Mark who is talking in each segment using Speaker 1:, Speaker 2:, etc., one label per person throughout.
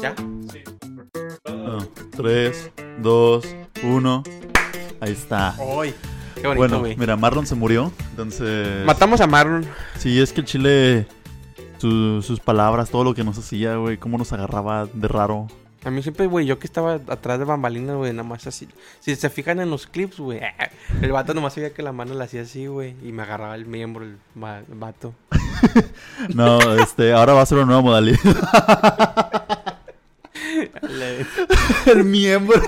Speaker 1: ¿Ya?
Speaker 2: Sí.
Speaker 3: 3, 2, 1. Ahí está.
Speaker 1: Hoy. Qué bonito,
Speaker 3: Bueno,
Speaker 1: güey.
Speaker 3: mira, Marlon se murió. Entonces.
Speaker 1: Matamos a Marlon.
Speaker 3: Sí, es que el chile. su- sus palabras, todo lo que nos hacía, güey. Cómo nos agarraba de raro.
Speaker 1: A mí siempre, güey, yo que estaba atrás de bambalinas, güey, nada más así. Si se fijan en los clips, güey, el vato nomás sabía que la mano la hacía así, güey, y me agarraba el miembro, el, va- el vato.
Speaker 3: No, este. Ahora va a ser una nueva modalidad.
Speaker 1: Le-
Speaker 3: el miembro.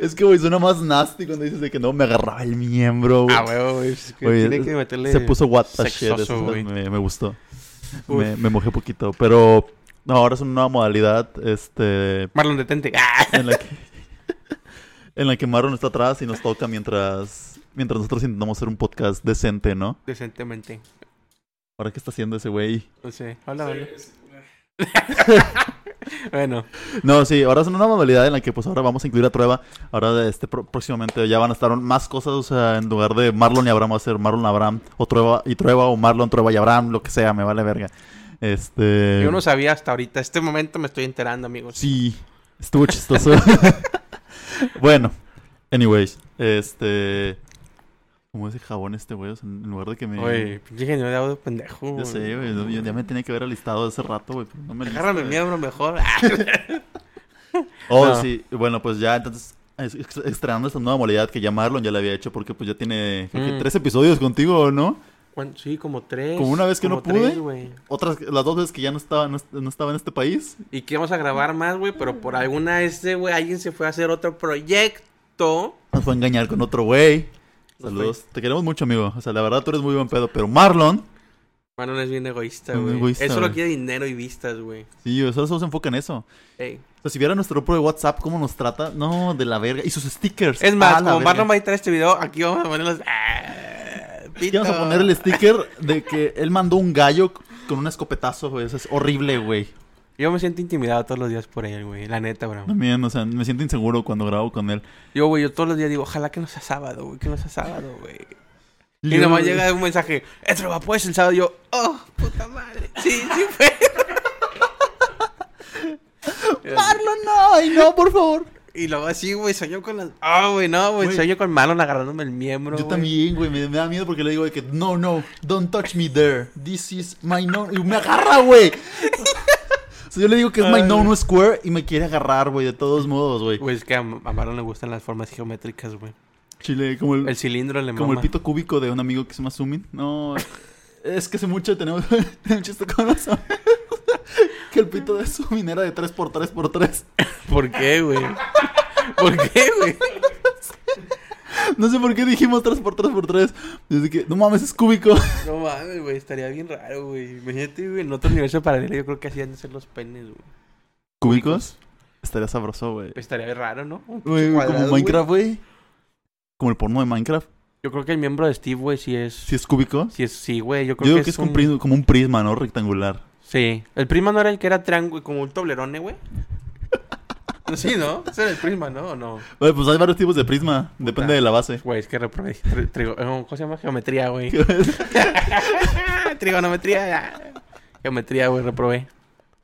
Speaker 3: es que, güey, suena más nasty cuando dices de que no me agarraba el miembro, güey.
Speaker 1: ah, güey, güey, es que
Speaker 3: Güey,
Speaker 1: tiene que meterle.
Speaker 3: Se puso what the shit,
Speaker 1: sexoso,
Speaker 3: eso
Speaker 1: güey.
Speaker 3: me, me gustó.
Speaker 1: Uf.
Speaker 3: Me, me mojé poquito, pero no, ahora es una nueva modalidad este
Speaker 1: Marlon, detente. ¡Ah!
Speaker 3: en la que en la que Marlon está atrás y nos toca mientras mientras nosotros intentamos hacer un podcast decente, ¿no?
Speaker 1: Decentemente.
Speaker 3: Ahora qué está haciendo ese güey.
Speaker 1: No sé, hola, hola.
Speaker 2: Sí, sí.
Speaker 1: Bueno,
Speaker 3: No, sí, ahora es una nueva modalidad en la que pues ahora vamos a incluir a prueba. Ahora este pro- próximamente ya van a estar más cosas, o sea, en lugar de Marlon y Abraham va a ser Marlon Abraham o Trueba y Trueba o Marlon Trueba y Abraham, lo que sea, me vale verga. Este
Speaker 1: yo no sabía hasta ahorita. Este momento me estoy enterando, amigos.
Speaker 3: Sí, estuvo chistoso. bueno, anyways, este. ¿Cómo ese jabón este, güey? O sea, en lugar de que me.
Speaker 1: Güey, pinche genio de audio pendejo.
Speaker 3: Ya sé, güey. no, yo ya me tenía que haber alistado hace rato, güey. pero No me alisté,
Speaker 1: Agárrame el
Speaker 3: güey.
Speaker 1: miembro mejor.
Speaker 3: Oh,
Speaker 1: No.
Speaker 3: sí. Bueno, pues ya, entonces. es- ex- Estrenando esta nueva modalidad que ya Marlon ya la había hecho porque pues ya tiene creo que
Speaker 1: Mm.
Speaker 3: tres episodios contigo, ¿no?
Speaker 1: Bueno, sí, como tres.
Speaker 3: Como una vez que
Speaker 1: como
Speaker 3: no pude.
Speaker 1: tres, güey.
Speaker 3: Otras, las dos veces que ya no estaba, no, est- no estaba en este país.
Speaker 1: Y que íbamos a grabar más, güey, pero por alguna este, güey, alguien se fue a hacer otro proyecto.
Speaker 3: Nos fue a engañar con otro güey.
Speaker 1: Nos
Speaker 3: Saludos. Te queremos mucho, amigo. O sea, la verdad tú eres muy buen pedo, pero Marlon
Speaker 1: Marlon es bien egoísta,
Speaker 3: Es muy
Speaker 1: güey.
Speaker 3: egoísta,
Speaker 1: Él solo
Speaker 3: güey.
Speaker 1: quiere dinero y vistas, güey.
Speaker 3: Sí, o sea, solo se enfoca en eso.
Speaker 1: Ey.
Speaker 3: O sea, si viera nuestro grupo de WhatsApp, cómo nos trata. No, de la verga. Y sus stickers.
Speaker 1: Es más,
Speaker 3: a la
Speaker 1: como
Speaker 3: verga.
Speaker 1: Marlon va a editar este video, aquí vamos a poner los. Ah,
Speaker 3: Y
Speaker 1: pito.
Speaker 3: vamos a poner el sticker de que él mandó un gallo con un escopetazo, güey. Eso es horrible, güey.
Speaker 1: Yo me siento intimidado todos los días por él, güey. La neta, bro.
Speaker 3: También, o sea, me siento inseguro cuando grabo con él.
Speaker 1: Yo, güey, yo todos los días digo, ojalá que no sea sábado, güey, que no sea sábado, güey. Y
Speaker 3: Yo-
Speaker 1: nomás llega un mensaje, Etro, va, puedes el sábado. Yo, oh, puta madre. Sí, sí, fue.
Speaker 3: Marlon, no, ay, no, por favor.
Speaker 1: Y luego así, güey, soñó con las. Ah, güey, no, güey,
Speaker 3: Güey.
Speaker 1: soñó con Marlon agarrándome el miembro.
Speaker 3: Yo
Speaker 1: güey.
Speaker 3: también, güey. Me, me da miedo porque le digo de que no, no, don't touch me there. This is my no. Y me agarra, güey. O sea, yo le digo que es my no, no square y me quiere agarrar, güey, de todos modos, güey.
Speaker 1: Güey, es que a, a Marlon le gustan las formas geométricas, güey.
Speaker 3: Chile, como el,
Speaker 1: El cilindro le
Speaker 3: Como el
Speaker 1: mama.
Speaker 3: pito cúbico de un amigo que se llama Sumin. No, es que hace mucho tenemos un chiste con los amigos que el pito de Sumin era de 3x3x3.
Speaker 1: ¿Por qué, güey? ¿Por qué, güey?
Speaker 3: No sé por qué dijimos 3x3x3. Desde que, no mames, es cúbico.
Speaker 1: No mames, güey, estaría bien raro, güey. Imagínate, güey, en otro universo paralelo yo creo que así han de ser los penes, güey.
Speaker 3: ¿Cúbicos? Estaría sabroso, güey.
Speaker 1: Estaría bien raro, ¿no? Un
Speaker 3: Güey,
Speaker 1: pinche cuadrado,
Speaker 3: como
Speaker 1: güey.
Speaker 3: Minecraft, güey. Como el porno de Minecraft.
Speaker 1: Yo creo que el miembro de Steve, güey, sí es...
Speaker 3: Si es cúbico.
Speaker 1: Sí, es, sí, güey, yo creo
Speaker 3: Yo digo
Speaker 1: que,
Speaker 3: que es
Speaker 1: un...
Speaker 3: un prisma- como un prisma, ¿no? Rectangular.
Speaker 1: Sí. El prisma no era el que era triángulo, como un toblerone, güey. No, Sí, ¿no? Ese era el prisma, ¿no? ¿O no?
Speaker 3: Güey, pues hay varios tipos de prisma. Depende de la base.
Speaker 1: Güey, es que reprobé. tri- trigo- eh, ¿Cómo se llama? Geometría, güey. Trigonometría. ya. Geometría, güey, reprobé.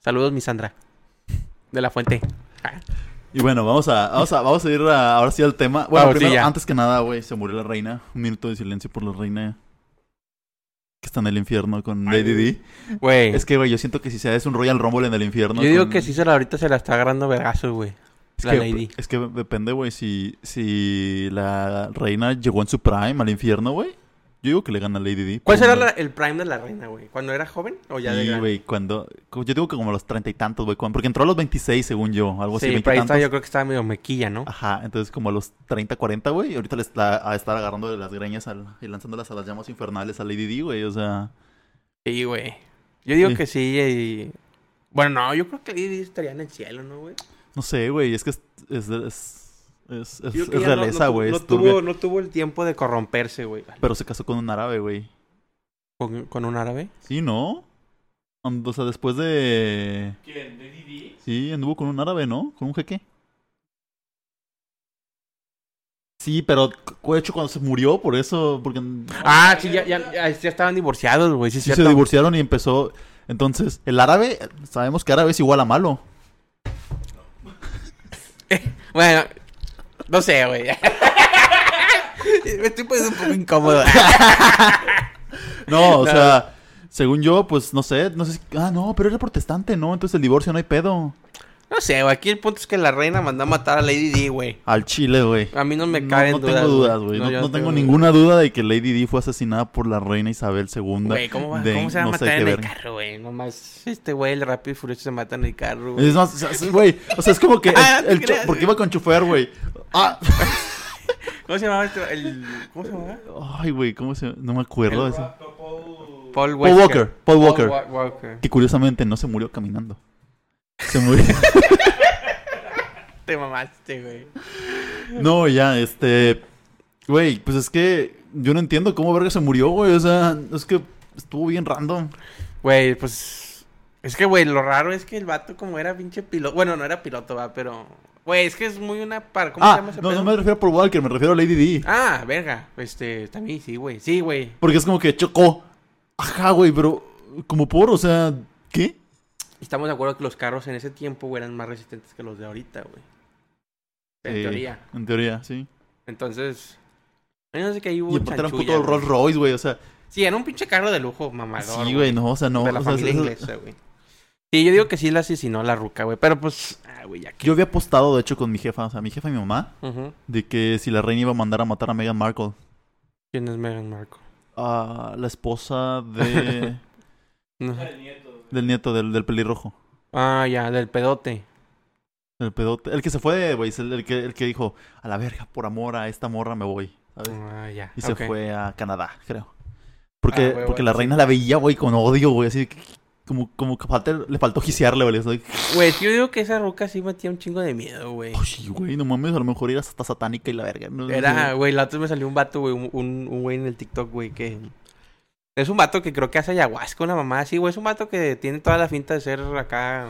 Speaker 1: Saludos, mi Sandra. De la fuente. Ah,
Speaker 3: Y bueno, vamos a, vamos a, vamos a ir a- ahora sí al tema. Bueno,
Speaker 1: Vamos, sí,
Speaker 3: primero,
Speaker 1: ya.
Speaker 3: antes que nada, güey, se murió la reina. Un minuto de silencio por la reina que está en el infierno con Lady D.
Speaker 1: Güey.
Speaker 3: Es que, güey, yo siento que si se hace un Royal Rumble en el infierno.
Speaker 1: yo digo
Speaker 3: con-
Speaker 1: que sí se la ahorita se la está agarrando vergazos, güey.
Speaker 3: Es
Speaker 1: la
Speaker 3: que, pues,
Speaker 1: Lady.
Speaker 3: Es que depende, güey, si, si la reina llegó en su prime al infierno, güey. Yo digo que le gana Lady D.
Speaker 1: ¿Cuál
Speaker 3: Por
Speaker 1: será
Speaker 3: un-
Speaker 1: la- el prime de la reina, güey? ¿Cuando era joven o ya de
Speaker 3: Sí,
Speaker 1: grande?
Speaker 3: güey, cuando... Yo digo que como a los treinta y tantos, güey. cuando- Porque entró a los 26, según yo. Algo así,
Speaker 1: sí,
Speaker 3: 20
Speaker 1: pero ahí
Speaker 3: tantos. Ah.
Speaker 1: está, yo creo que estaba medio mequilla, ¿no?
Speaker 3: Ajá, entonces como a los 30, 40, güey. y Ahorita le está a estar agarrando de las greñas al- y lanzándolas a las llamas infernales a Lady D, güey. O sea,
Speaker 1: Sí, güey. Yo digo
Speaker 3: Sí.
Speaker 1: que sí y... Bueno, no, yo creo que Lady Di estaría en el cielo, ¿no, güey?
Speaker 3: no sé, güey. Es que es. Es, es, es, es-
Speaker 1: Yo creo que
Speaker 3: es
Speaker 1: ya no-
Speaker 3: realeza,
Speaker 1: no tu-
Speaker 3: güey.
Speaker 1: No,
Speaker 3: es turbia.
Speaker 1: tuvo, no tuvo el tiempo de corromperse, güey.
Speaker 3: Pero se casó con un árabe, güey.
Speaker 1: ¿Con, con un árabe?
Speaker 3: Sí, ¿no? And- O sea, después de.
Speaker 2: ¿Quién? ¿Lady D?
Speaker 3: Sí, anduvo con un árabe, ¿no? Con un jeque. Sí, pero cu- de hecho cuando se murió, por eso, porque
Speaker 1: Ah, sí, ya, ya, ya- ya estaban divorciados, güey. Sí,
Speaker 3: sí se
Speaker 1: cierto.
Speaker 3: divorciaron y empezó. Entonces, el árabe, sabemos que árabe es igual a malo.
Speaker 1: Bueno, no sé, güey. Me estoy poniendo un poco incómodo.
Speaker 3: No, o
Speaker 1: No.
Speaker 3: sea, según yo, pues no sé, no sé. si- Ah, no, pero era protestante, ¿no? Entonces el divorcio no hay pedo.
Speaker 1: No sé, güey. Aquí el punto es que la reina mandó a matar a Lady D, güey.
Speaker 3: Al Chile, güey.
Speaker 1: A mí no me
Speaker 3: No-
Speaker 1: caen
Speaker 3: no, tengo dudas, güey. No,
Speaker 1: yo
Speaker 3: no tengo ninguna duda de que Lady Di fue asesinada por la reina Isabel II.
Speaker 1: Güey, ¿cómo, va-
Speaker 3: de
Speaker 1: ¿cómo se va a
Speaker 3: no sé
Speaker 1: matar
Speaker 3: qué
Speaker 1: en el
Speaker 3: verga.
Speaker 1: carro, güey? Nomás este güey, el rápido y furioso se mata en el carro, güey.
Speaker 3: Es más, o sea, es- güey, o sea, es como que.
Speaker 1: Ah,
Speaker 3: el- el
Speaker 1: no
Speaker 3: cho-
Speaker 1: creas,
Speaker 3: porque
Speaker 1: güey.
Speaker 3: iba con chofer, güey. Ah,
Speaker 1: ¿Cómo se llamaba este? El... ¿Cómo se llamaba?
Speaker 3: ay, güey, ¿cómo se.? No me acuerdo de eso.
Speaker 1: Paul
Speaker 3: Paul Walker. Paul Walker.
Speaker 1: Wa- Walker.
Speaker 3: Que curiosamente no se murió caminando. Se murió.
Speaker 1: Te mamaste, güey.
Speaker 3: No, ya, este. Güey, pues es que yo no entiendo cómo verga se murió, güey. O sea, es que estuvo bien random.
Speaker 1: Güey, pues. Es que, güey, lo raro es que el vato, como era pinche piloto. Bueno, no era piloto, va, pero. Güey, es que es muy una par. ¿Cómo se
Speaker 3: Ah,
Speaker 1: llama ese
Speaker 3: no,
Speaker 1: pedo?
Speaker 3: no me refiero por Walker, me refiero a Lady D.
Speaker 1: Ah, verga. Este, también sí, güey. Sí, güey.
Speaker 3: Porque es como que chocó. Ajá, güey, pero como por, o sea, ¿qué?
Speaker 1: Estamos de acuerdo que los carros en ese tiempo, güey, eran más resistentes que los de ahorita, güey. En
Speaker 3: Eh,
Speaker 1: teoría.
Speaker 3: En teoría, sí.
Speaker 1: Entonces. ay, No sé que ahí hubo
Speaker 3: Y aparte era un
Speaker 1: chanchulla,
Speaker 3: puto
Speaker 1: güey.
Speaker 3: Rolls Royce, güey, o sea.
Speaker 1: Sí, era un pinche carro de lujo, mamador.
Speaker 3: sí, güey, no, o sea, no.
Speaker 1: de la
Speaker 3: o sea,
Speaker 1: familia
Speaker 3: eso-
Speaker 1: inglesa, güey. Sí, yo digo que sí la asesinó la ruca, güey. Pero pues. Ah, güey, ya que.
Speaker 3: Yo había apostado, de hecho, con mi jefa, o sea, mi jefa y mi mamá,
Speaker 1: Ujú.
Speaker 3: de que si la reina iba a mandar a matar a Meghan Markle,
Speaker 1: ¿Quién es Meghan Marco?
Speaker 3: a la esposa de, del nieto del, del pelirrojo.
Speaker 1: Ah, ya, del pedote.
Speaker 3: El pedote. El que se fue, güey. es El, el que, el que dijo, a la verga, por amor a esta morra me voy. ¿sabes?
Speaker 1: Ah, ya.
Speaker 3: Y
Speaker 1: ok.
Speaker 3: se fue a Canadá, creo. Porque,
Speaker 1: Ah, güey,
Speaker 3: porque
Speaker 1: güey,
Speaker 3: la
Speaker 1: sí.
Speaker 3: reina la veía, güey, con odio, güey. Así que- como, como que falta- le faltó gisearle, güey. así,
Speaker 1: Güey, yo digo que esa ruca sí metía un chingo de miedo, güey.
Speaker 3: "Ay, sí, güey, no mames, a lo mejor era hasta satánica y la verga. no sé".
Speaker 1: Era, güey, la otra vez me salió un vato, güey, un- un un güey en el TikTok, güey, que... Es un vato que creo que hace ayahuasca, una mamá así, güey. Es un vato que tiene toda la finta de ser acá,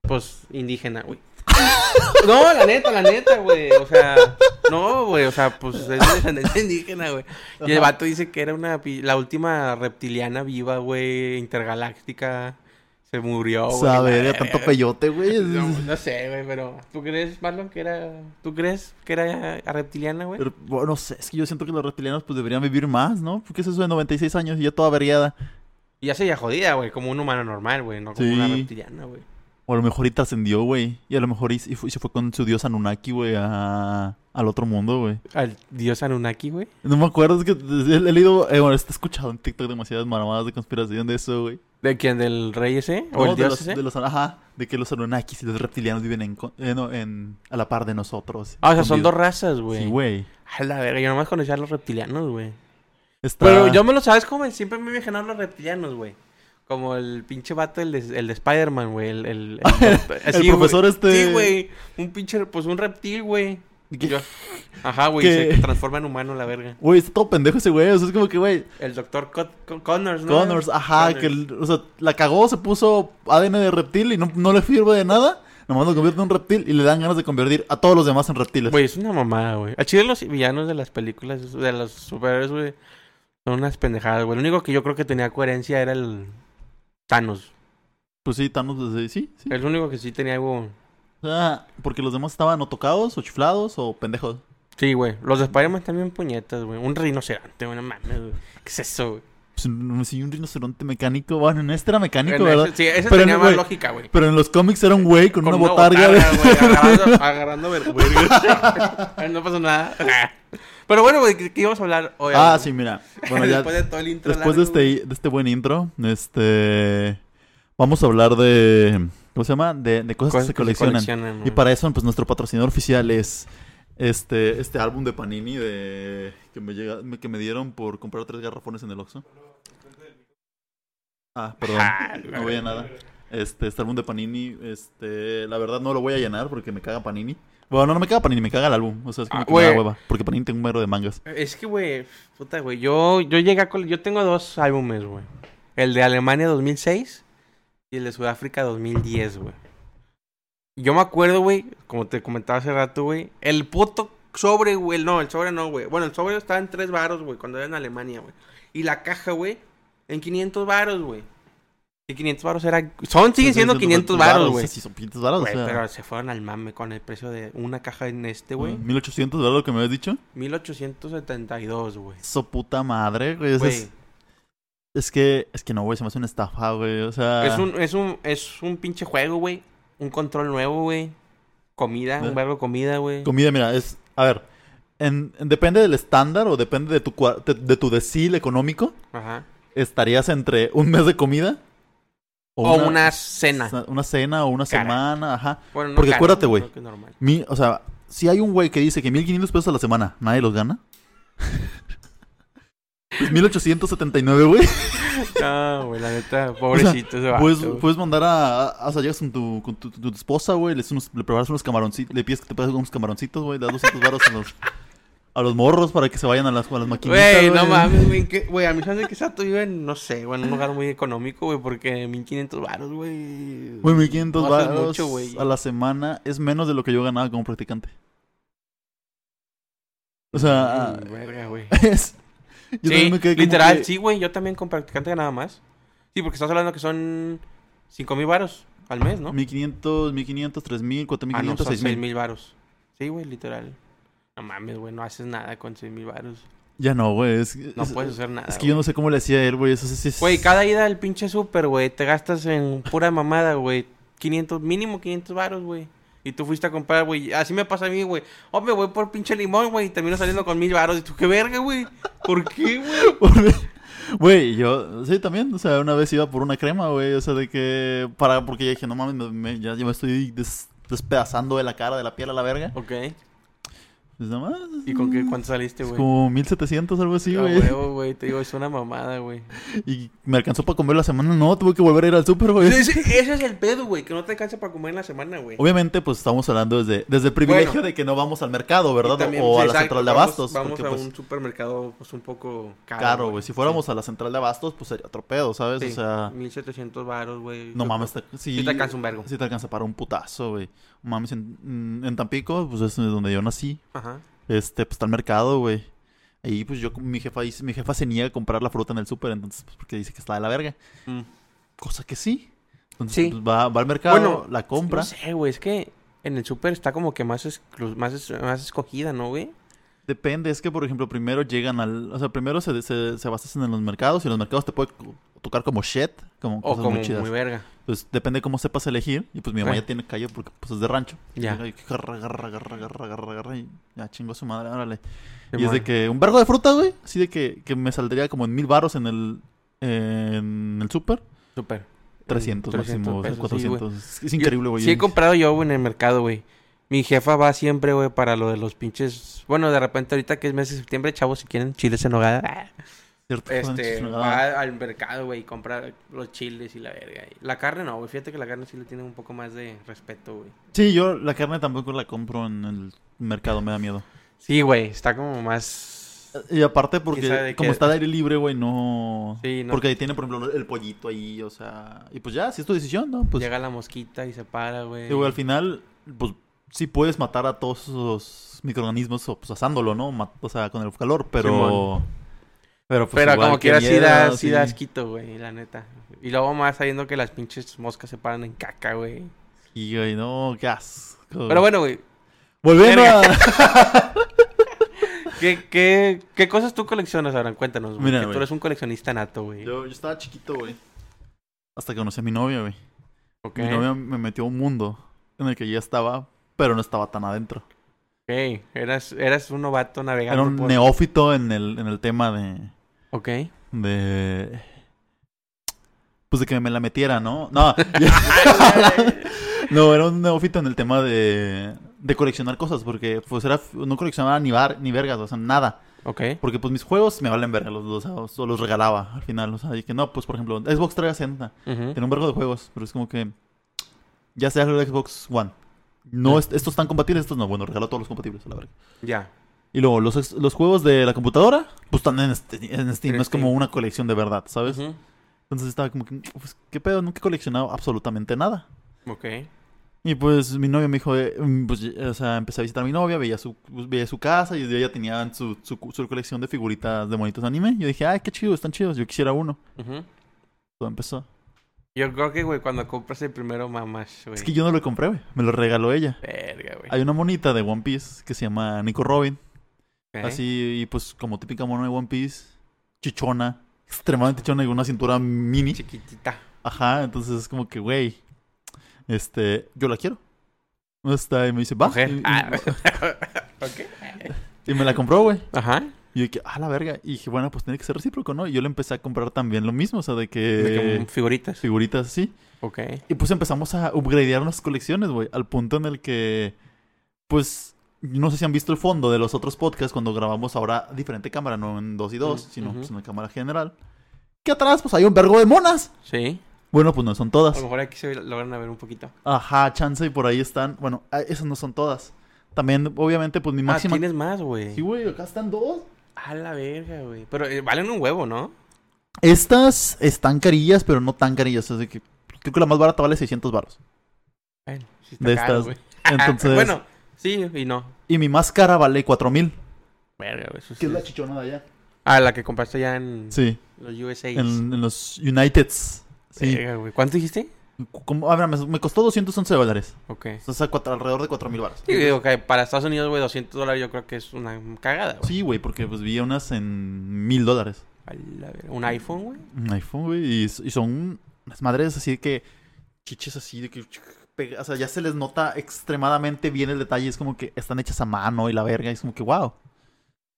Speaker 1: pues, indígena, güey. No, la neta, la neta, güey. O sea, no, güey, o sea, pues es de descendencia indígena, güey. Y el vato dice que era una, pi- la última reptiliana viva, güey, intergaláctica. Se murió,
Speaker 3: O
Speaker 1: güey.
Speaker 3: sea,
Speaker 1: la
Speaker 3: verga,
Speaker 1: verga.
Speaker 3: tanto peyote, güey.
Speaker 1: No, no sé, güey, pero ¿tú crees, Marlon, que era tú crees que era reptiliana, güey?
Speaker 3: Pero, bueno, no sé, es que yo siento que los reptilianos pues deberían vivir más, ¿no? Porque es eso de 96 años y ya toda averiada.
Speaker 1: Y ya sería jodida, güey, como un humano normal, güey, no como
Speaker 3: Sí.
Speaker 1: una reptiliana, güey.
Speaker 3: O a lo mejor y trascendió, güey. Y a lo mejor y, y fue- y se fue con su dios Anunnaki, güey, a- al otro mundo, güey.
Speaker 1: Al dios Anunnaki, güey.
Speaker 3: No me acuerdo, es que he, he leído, eh, bueno, he escuchado en TikTok demasiadas maravillas de conspiración de eso, güey.
Speaker 1: ¿De quién? ¿Del rey ese? ¿O
Speaker 3: No,
Speaker 1: el
Speaker 3: de
Speaker 1: dios
Speaker 3: los,
Speaker 1: ese?
Speaker 3: de los- ajá, de que los Anunnakis y los reptilianos viven en, con- eh, no, en- a la par de nosotros.
Speaker 1: Ah, o sea, son
Speaker 3: Escondidos.
Speaker 1: dos razas, güey.
Speaker 3: Sí, güey.
Speaker 1: A la verga, yo nomás conocía a los reptilianos, güey. Ah.
Speaker 3: Está...
Speaker 1: Pero yo me lo sabes como siempre me imaginaron los reptilianos, güey. Como el pinche vato, el de, el de Spider-Man, güey. El, el, el- así, güey.
Speaker 3: profesor este-
Speaker 1: Sí, güey. Un pinche, pues un reptil, güey.
Speaker 3: ¿Qué?
Speaker 1: Yo- Ajá, güey. Se
Speaker 3: ¿Qué?
Speaker 1: transforma en humano la verga.
Speaker 3: Güey, está todo pendejo ese güey, o sea, es como que, güey,
Speaker 1: El doctor Con- Con- Connors, ¿no?
Speaker 3: Connors, ajá,
Speaker 1: Connors.
Speaker 3: que, el- o sea, la cagó, se puso ADN de reptil y no, no le sirve de nada, nomás lo convierte en un reptil y le dan ganas de convertir a todos los demás en reptiles.
Speaker 1: Güey, es una mamada, güey. Al chile los villanos de las películas, de los superhéroes, güey, son unas pendejadas, güey. Lo único que yo creo que tenía coherencia era el Thanos.
Speaker 3: Pues sí, Thanos, pues, sí, sí, sí.
Speaker 1: Es lo único que sí tenía algo...
Speaker 3: O sea, porque los demás estaban o tocados, o chiflados, o pendejos.
Speaker 1: Sí, güey. Los de Spider-Man también puñetas, güey. Un rinoceronte, güey. No mames, güey. ¿Qué es eso, güey?
Speaker 3: Pues, un- sí, un rinoceronte mecánico. Bueno, en este era mecánico,
Speaker 1: Bueno,
Speaker 3: ¿verdad?
Speaker 1: ese- sí, ese
Speaker 3: Pero,
Speaker 1: tenía más
Speaker 3: güey,
Speaker 1: lógica, güey.
Speaker 3: Pero en los cómics era un güey con, una botarga. de-
Speaker 1: güey, agarrando, agarrando ver- verga. Ay, no pasó nada. Pero bueno, güey, ¿qué, qué íbamos a hablar hoy?
Speaker 3: Ah,
Speaker 1: güey?
Speaker 3: sí, mira. Bueno, ya,
Speaker 1: después de todo el intro
Speaker 3: después de
Speaker 1: largo, güey.
Speaker 3: este, de este buen intro, este... Vamos a hablar de... ¿Cómo se llama? De, de cosas, que se coleccionan. Y
Speaker 1: güey.
Speaker 3: para eso, pues, nuestro patrocinador oficial es... Este, este álbum de Panini de que me llega, me- que me dieron por comprar tres garrafones en el Oxxo. Ah, perdón.
Speaker 1: Ah,
Speaker 3: No veía nada. Este, este álbum de Panini, este, la verdad no lo voy a llenar porque me caga Panini. Bueno, no, no me caga Panini, me caga el álbum. O sea, es que
Speaker 1: Ah,
Speaker 3: me caga
Speaker 1: güey.
Speaker 3: hueva. Porque Panini tiene un número de mangas.
Speaker 1: Es que, güey, puta, güey. Yo, yo llegué a. cole- Yo tengo dos álbumes, güey. El de Alemania 2006 y el de Sudáfrica 2010, güey. Yo me acuerdo, güey, como te comentaba hace rato, güey, el puto sobre, güey. No, el sobre no, güey. Bueno, el sobre estaba en 3 varos, güey, cuando era en Alemania, güey. Y la caja, güey, en 500 varos, güey. Y 500 varos era... Son, siguen siendo 500 varos, güey.
Speaker 3: Sí, son 500 varos, o
Speaker 1: Güey,
Speaker 3: sea,
Speaker 1: Pero se fueron al mame con el precio de una caja en este, güey.
Speaker 3: 1800 mm, varos lo que me habías dicho.
Speaker 1: 1872, güey.
Speaker 3: Eso puta madre, güey. eso
Speaker 1: Güey,
Speaker 3: Es, es que, es que no, güey, se me hace una estafa, güey. O sea,
Speaker 1: Es un, es un, es un pinche juego, güey. Un control nuevo, güey. Comida,
Speaker 3: ¿Eh?
Speaker 1: un verbo de comida, güey.
Speaker 3: comida, mira, es, a ver, en- en- depende del estándar o depende de tu, cua- de, de tu decil económico,
Speaker 1: Ajá.
Speaker 3: estarías entre un mes de comida
Speaker 1: O una, cena.
Speaker 3: sa- Una cena o una
Speaker 1: Cara.
Speaker 3: semana, ajá.
Speaker 1: Bueno, no
Speaker 3: Porque
Speaker 1: cara,
Speaker 3: acuérdate, güey.
Speaker 1: creo que es normal.
Speaker 3: Mi- o sea, si hay un güey que dice que 1500 pesos a la semana, nadie los gana. Pues 1879, güey. Ah,
Speaker 1: No, güey, la neta, pobrecito ese vato,
Speaker 3: Puedes,
Speaker 1: güey.
Speaker 3: puedes mandar a, a- O sea, llegas con tu, con tu, tu- tu esposa, güey. Le, haces unos- le preparas unos camaroncitos. Le pides que te pases unos camaroncitos, güey. Le das 200 baros a los, a los morros para que se vayan a las, a las maquinitas.
Speaker 1: Güey, no mames, güey. ¿en qué- Güey, a mí se me hace que Sato vive en, no sé, güey, en un lugar muy económico, güey, porque 1500 baros, güey.
Speaker 3: Güey, 1500
Speaker 1: No haces
Speaker 3: baros
Speaker 1: mucho, güey.
Speaker 3: a la semana es menos de lo que yo ganaba como practicante. O sea,
Speaker 1: Mm, verga, güey.
Speaker 3: es. ah. Yo
Speaker 1: Sí,
Speaker 3: también me quedé como
Speaker 1: literal,
Speaker 3: que-
Speaker 1: sí, güey. Yo también con practicante ganaba más. Sí, porque estás hablando que son 5 mil varos al mes, ¿no?
Speaker 3: 1500, 1500, 3000,
Speaker 1: Ah, no,
Speaker 3: 4500,
Speaker 1: son 6
Speaker 3: 6000.
Speaker 1: mil varos. Sí, güey, literal. No mames, güey, no haces nada con 6 mil varos.
Speaker 3: Ya no, güey. Es,
Speaker 1: No
Speaker 3: es- eh,
Speaker 1: puedes hacer nada.
Speaker 3: es que yo no sé cómo le hacía a él, güey. Eso sí, sí es-
Speaker 1: Güey, cada ida al pinche súper, güey, te gastas en pura mamada, güey. 500, mínimo 500 varos, güey. Y tú fuiste a comprar, güey. Así me pasa a mí, güey. Oh, me voy por pinche limón, güey. Y termino saliendo con mil varos. Y tú, qué verga, güey. ¿Por qué, güey?
Speaker 3: Güey, yo, sí, también, o sea, una vez iba por una crema, güey, o sea, de que, para, porque ya dije, no mames, me- me- ya, ya me estoy des- despedazando de la cara, de la piel a la verga.
Speaker 1: Ok.
Speaker 3: Pues nada más,
Speaker 1: ¿Y con qué? ¿Cuánto saliste,
Speaker 3: es
Speaker 1: güey?
Speaker 3: como 1700, algo así,
Speaker 1: A
Speaker 3: güey.
Speaker 1: huevo, güey. Te digo, es una mamada, güey.
Speaker 3: Y me alcanzó para comer la semana, no, tuve que volver a ir al súper, güey.
Speaker 1: Ese, ese es el pedo, güey. Que no te alcanza para comer en la semana, güey.
Speaker 3: Obviamente, pues estamos hablando desde, desde el privilegio
Speaker 1: Bueno.
Speaker 3: de que no vamos al mercado,
Speaker 1: Y
Speaker 3: ¿verdad?
Speaker 1: también, sí,
Speaker 3: o a la
Speaker 1: exacto,
Speaker 3: central de
Speaker 1: vamos-
Speaker 3: abastos,
Speaker 1: Vamos,
Speaker 3: porque
Speaker 1: a
Speaker 3: pues,
Speaker 1: un supermercado pues, un poco caro.
Speaker 3: caro, güey. Si fuéramos a la central de abastos, pues sería otro pedo, ¿sabes?
Speaker 1: Sí,
Speaker 3: O sea,
Speaker 1: 1700 varos, güey.
Speaker 3: no
Speaker 1: Yo
Speaker 3: mames, te, sí,
Speaker 1: Sí te alcanza un vergo.
Speaker 3: Sí te alcanza para un putazo, güey. Mames, en, en Tampico, pues es donde yo nací.
Speaker 1: Ajá.
Speaker 3: Este, pues está el mercado, güey. Ahí, pues yo, mi jefa, dice- mi jefa se niega a comprar la fruta en el súper, entonces, pues porque dice que está de la verga.
Speaker 1: Mm.
Speaker 3: Cosa que sí. Entonces,
Speaker 1: Sí.
Speaker 3: pues, va, va al mercado,
Speaker 1: Bueno,
Speaker 3: la compra.
Speaker 1: No sé, güey, es que en el súper está como que más, exclu- más, es- más escogida, ¿no, güey?
Speaker 3: Depende, es que, por ejemplo, primero llegan al. O sea, primero se, se, se basan en los mercados y los mercados te pueden co- tocar como shit, como
Speaker 1: O
Speaker 3: cosas
Speaker 1: como
Speaker 3: muy
Speaker 1: muy,
Speaker 3: chidas.
Speaker 1: verga.
Speaker 3: Pues depende cómo sepas elegir. Y pues mi mamá
Speaker 1: Sí.
Speaker 3: ya tiene callo porque pues es de rancho.
Speaker 1: Ya.
Speaker 3: Y garra, garra, garra, garra, garra, garra, y ya chingo a su madre, órale. y es
Speaker 1: Simón.
Speaker 3: de que un vergo de fruta, güey. Así de que, que me saldría como en mil baros en el, en el súper.
Speaker 1: Súper.
Speaker 3: 300 máximo, o sea,
Speaker 1: pesos, sí,
Speaker 3: 400. es, es
Speaker 1: Yo-
Speaker 3: increíble, güey.
Speaker 1: Sí, he comprado yo, güey, en el mercado, güey. Mi jefa va siempre, güey, para lo de los pinches. Bueno, de repente, ahorita que es mes de septiembre, chavos, si quieren chiles en hogada.
Speaker 3: Cierto,
Speaker 1: Este,
Speaker 3: chingada.
Speaker 1: va al mercado, güey, y compra los chiles y la verga. Y La carne no, güey. Fíjate que la carne sí le tiene un poco más de respeto, güey.
Speaker 3: Sí, yo la carne tampoco la compro en el mercado, me da miedo.
Speaker 1: Sí, güey, está como más.
Speaker 3: Y aparte
Speaker 1: ¿Quién sabe
Speaker 3: porque
Speaker 1: de
Speaker 3: como
Speaker 1: qué?
Speaker 3: está al aire libre, güey, no...
Speaker 1: Sí, no.
Speaker 3: Porque ahí tiene, por ejemplo, el pollito ahí, o sea... Y pues ya, si es tu decisión, ¿no? Pues
Speaker 1: Llega la mosquita y se para, güey.
Speaker 3: Sí, güey, al final, pues sí puedes matar a todos esos microorganismos o, pues, asándolo, ¿no? Ma- O sea, con el calor, pero.
Speaker 1: Simón.
Speaker 3: Pero, pues,
Speaker 1: Pero
Speaker 3: igual,
Speaker 1: como
Speaker 3: qué
Speaker 1: quiera, sí
Speaker 3: miedo,
Speaker 1: da, sí
Speaker 3: sí.
Speaker 1: da asquito, güey, la neta. Y luego más sabiendo que las pinches moscas se paran en caca, güey.
Speaker 3: Sí, güey, no, qué asco.
Speaker 1: Pero bueno, güey,
Speaker 3: Volviendo a.
Speaker 1: ¿qué, qué, qué cosas tú coleccionas, Abraham? Cuéntanos, güey.
Speaker 3: Mira,
Speaker 1: que
Speaker 3: güey.
Speaker 1: tú eres un coleccionista nato, güey.
Speaker 3: yo, yo estaba chiquito, güey. Hasta que conocí a mi novia, güey.
Speaker 1: Ok,
Speaker 3: Mi novia me metió a un mundo en el que ya estaba, pero no estaba tan adentro.
Speaker 1: ok. Eras, eras un novato navegando
Speaker 3: Era un
Speaker 1: por...
Speaker 3: neófito en el, en el tema de.
Speaker 1: Ok.
Speaker 3: de. Pues de que me la metiera, ¿no? No, ya- No, era un neófito en el tema de, de coleccionar cosas, porque pues era, no coleccionaba ni, bar, ni vergas, o sea, nada.
Speaker 1: ok.
Speaker 3: Porque pues mis juegos me valen verga, los, los, o los regalaba al final, o sea, y que no, pues por ejemplo, Xbox 360,
Speaker 1: ujú.
Speaker 3: tenía un vergo de juegos, pero es como que ya sea el Xbox One. No, est- estos están compatibles, estos no, bueno, regalo todos los compatibles, a la verga.
Speaker 1: Ya.
Speaker 3: Y luego, los, ex- los juegos de la computadora, pues están en, este- en Steam, no es como
Speaker 1: Steam.
Speaker 3: una colección de verdad, ¿sabes?
Speaker 1: Ujú.
Speaker 3: Entonces estaba como que, pues, ¿qué pedo? Nunca he coleccionado absolutamente nada.
Speaker 1: Ok.
Speaker 3: Y pues mi novia me dijo, eh, mm, pues, eh, o sea, empecé a visitar a mi novia, veía su, pues, veía su casa y ella tenía su, su, su colección de figuritas de monitos anime. Yo dije, ay, qué chido, están chidos, yo quisiera uno.
Speaker 1: Ujú.
Speaker 3: Todo empezó.
Speaker 1: Yo creo que, güey, cuando compras el primero mamás, güey.
Speaker 3: Es que yo no lo compré, güey, me lo regaló ella.
Speaker 1: Verga, güey.
Speaker 3: Hay una monita de One Piece que se llama Nico Robin.
Speaker 1: Ok.
Speaker 3: Así, y pues como típica mono de One Piece, chichona, extremadamente chichona y con una cintura mini.
Speaker 1: Chiquitita.
Speaker 3: Ajá, entonces es como que, güey, este, yo la quiero. Está, y me dice, va.
Speaker 1: Mujer.
Speaker 3: Y, y-
Speaker 1: Ah.
Speaker 3: mm.
Speaker 1: ok.
Speaker 3: y me la compró, güey.
Speaker 1: Ajá.
Speaker 3: Y yo dije, ah, la verga. Y dije, bueno, pues tiene que ser recíproco, ¿no? Y yo le empecé a comprar también lo mismo, o sea, de que,
Speaker 1: De que mm. figuritas.
Speaker 3: figuritas así.
Speaker 1: Ok.
Speaker 3: Y pues empezamos a upgradear nuestras colecciones, güey, al punto en el que, pues, no sé si han visto el fondo de los otros podcasts cuando grabamos ahora diferente cámara, no en dos y dos,
Speaker 1: Mm,
Speaker 3: sino
Speaker 1: ujú.
Speaker 3: pues, en la cámara general. Que atrás, pues, hay un vergo de monas.
Speaker 1: Sí.
Speaker 3: Bueno, pues no son
Speaker 1: A lo
Speaker 3: todas.
Speaker 1: mejor aquí se logran a ver un poquito. Ah,
Speaker 3: Ajá, chance y por ahí están. Bueno, ah, esas no son todas. También, obviamente, pues mi máxima.
Speaker 1: Ah, tienes más, güey.
Speaker 3: Sí, güey, acá están dos.
Speaker 1: A la verga, güey. Pero eh, valen un huevo, ¿no?
Speaker 3: Estas están carillas, pero no tan carillas. Así que creo que la más barata vale 600 baros.
Speaker 1: Bueno, sí
Speaker 3: De
Speaker 1: caro,
Speaker 3: estas,
Speaker 1: güey.
Speaker 3: Entonces,
Speaker 1: bueno, sí y no.
Speaker 3: y mi más cara vale 4000,
Speaker 1: Verga, güey. eso
Speaker 3: que es
Speaker 1: sí
Speaker 3: la
Speaker 1: es-
Speaker 3: chichona de allá.
Speaker 1: Ah, la que compraste ya en
Speaker 3: Sí,
Speaker 1: los USA.
Speaker 3: en, en los Uniteds. Sí.
Speaker 1: Verga, güey. ¿Cuánto dijiste?
Speaker 3: Como- ah, mira, me, me costó 211 dólares.
Speaker 1: Ok.
Speaker 3: O sea, cuatro- alrededor de 4000 baros.
Speaker 1: Sí, digo que para Estados Unidos, güey, 200 dólares yo creo que es una cagada, güey.
Speaker 3: Sí, güey, porque pues vi unas en 1000 dólares.
Speaker 1: A la verga. Un iPhone, güey.
Speaker 3: Un iPhone, güey. Y, y son unas madres así de que. Chiches así de que. pega- O sea, ya se les nota extremadamente bien el detalle. Es como que están hechas a mano y la verga. y es como que, wow.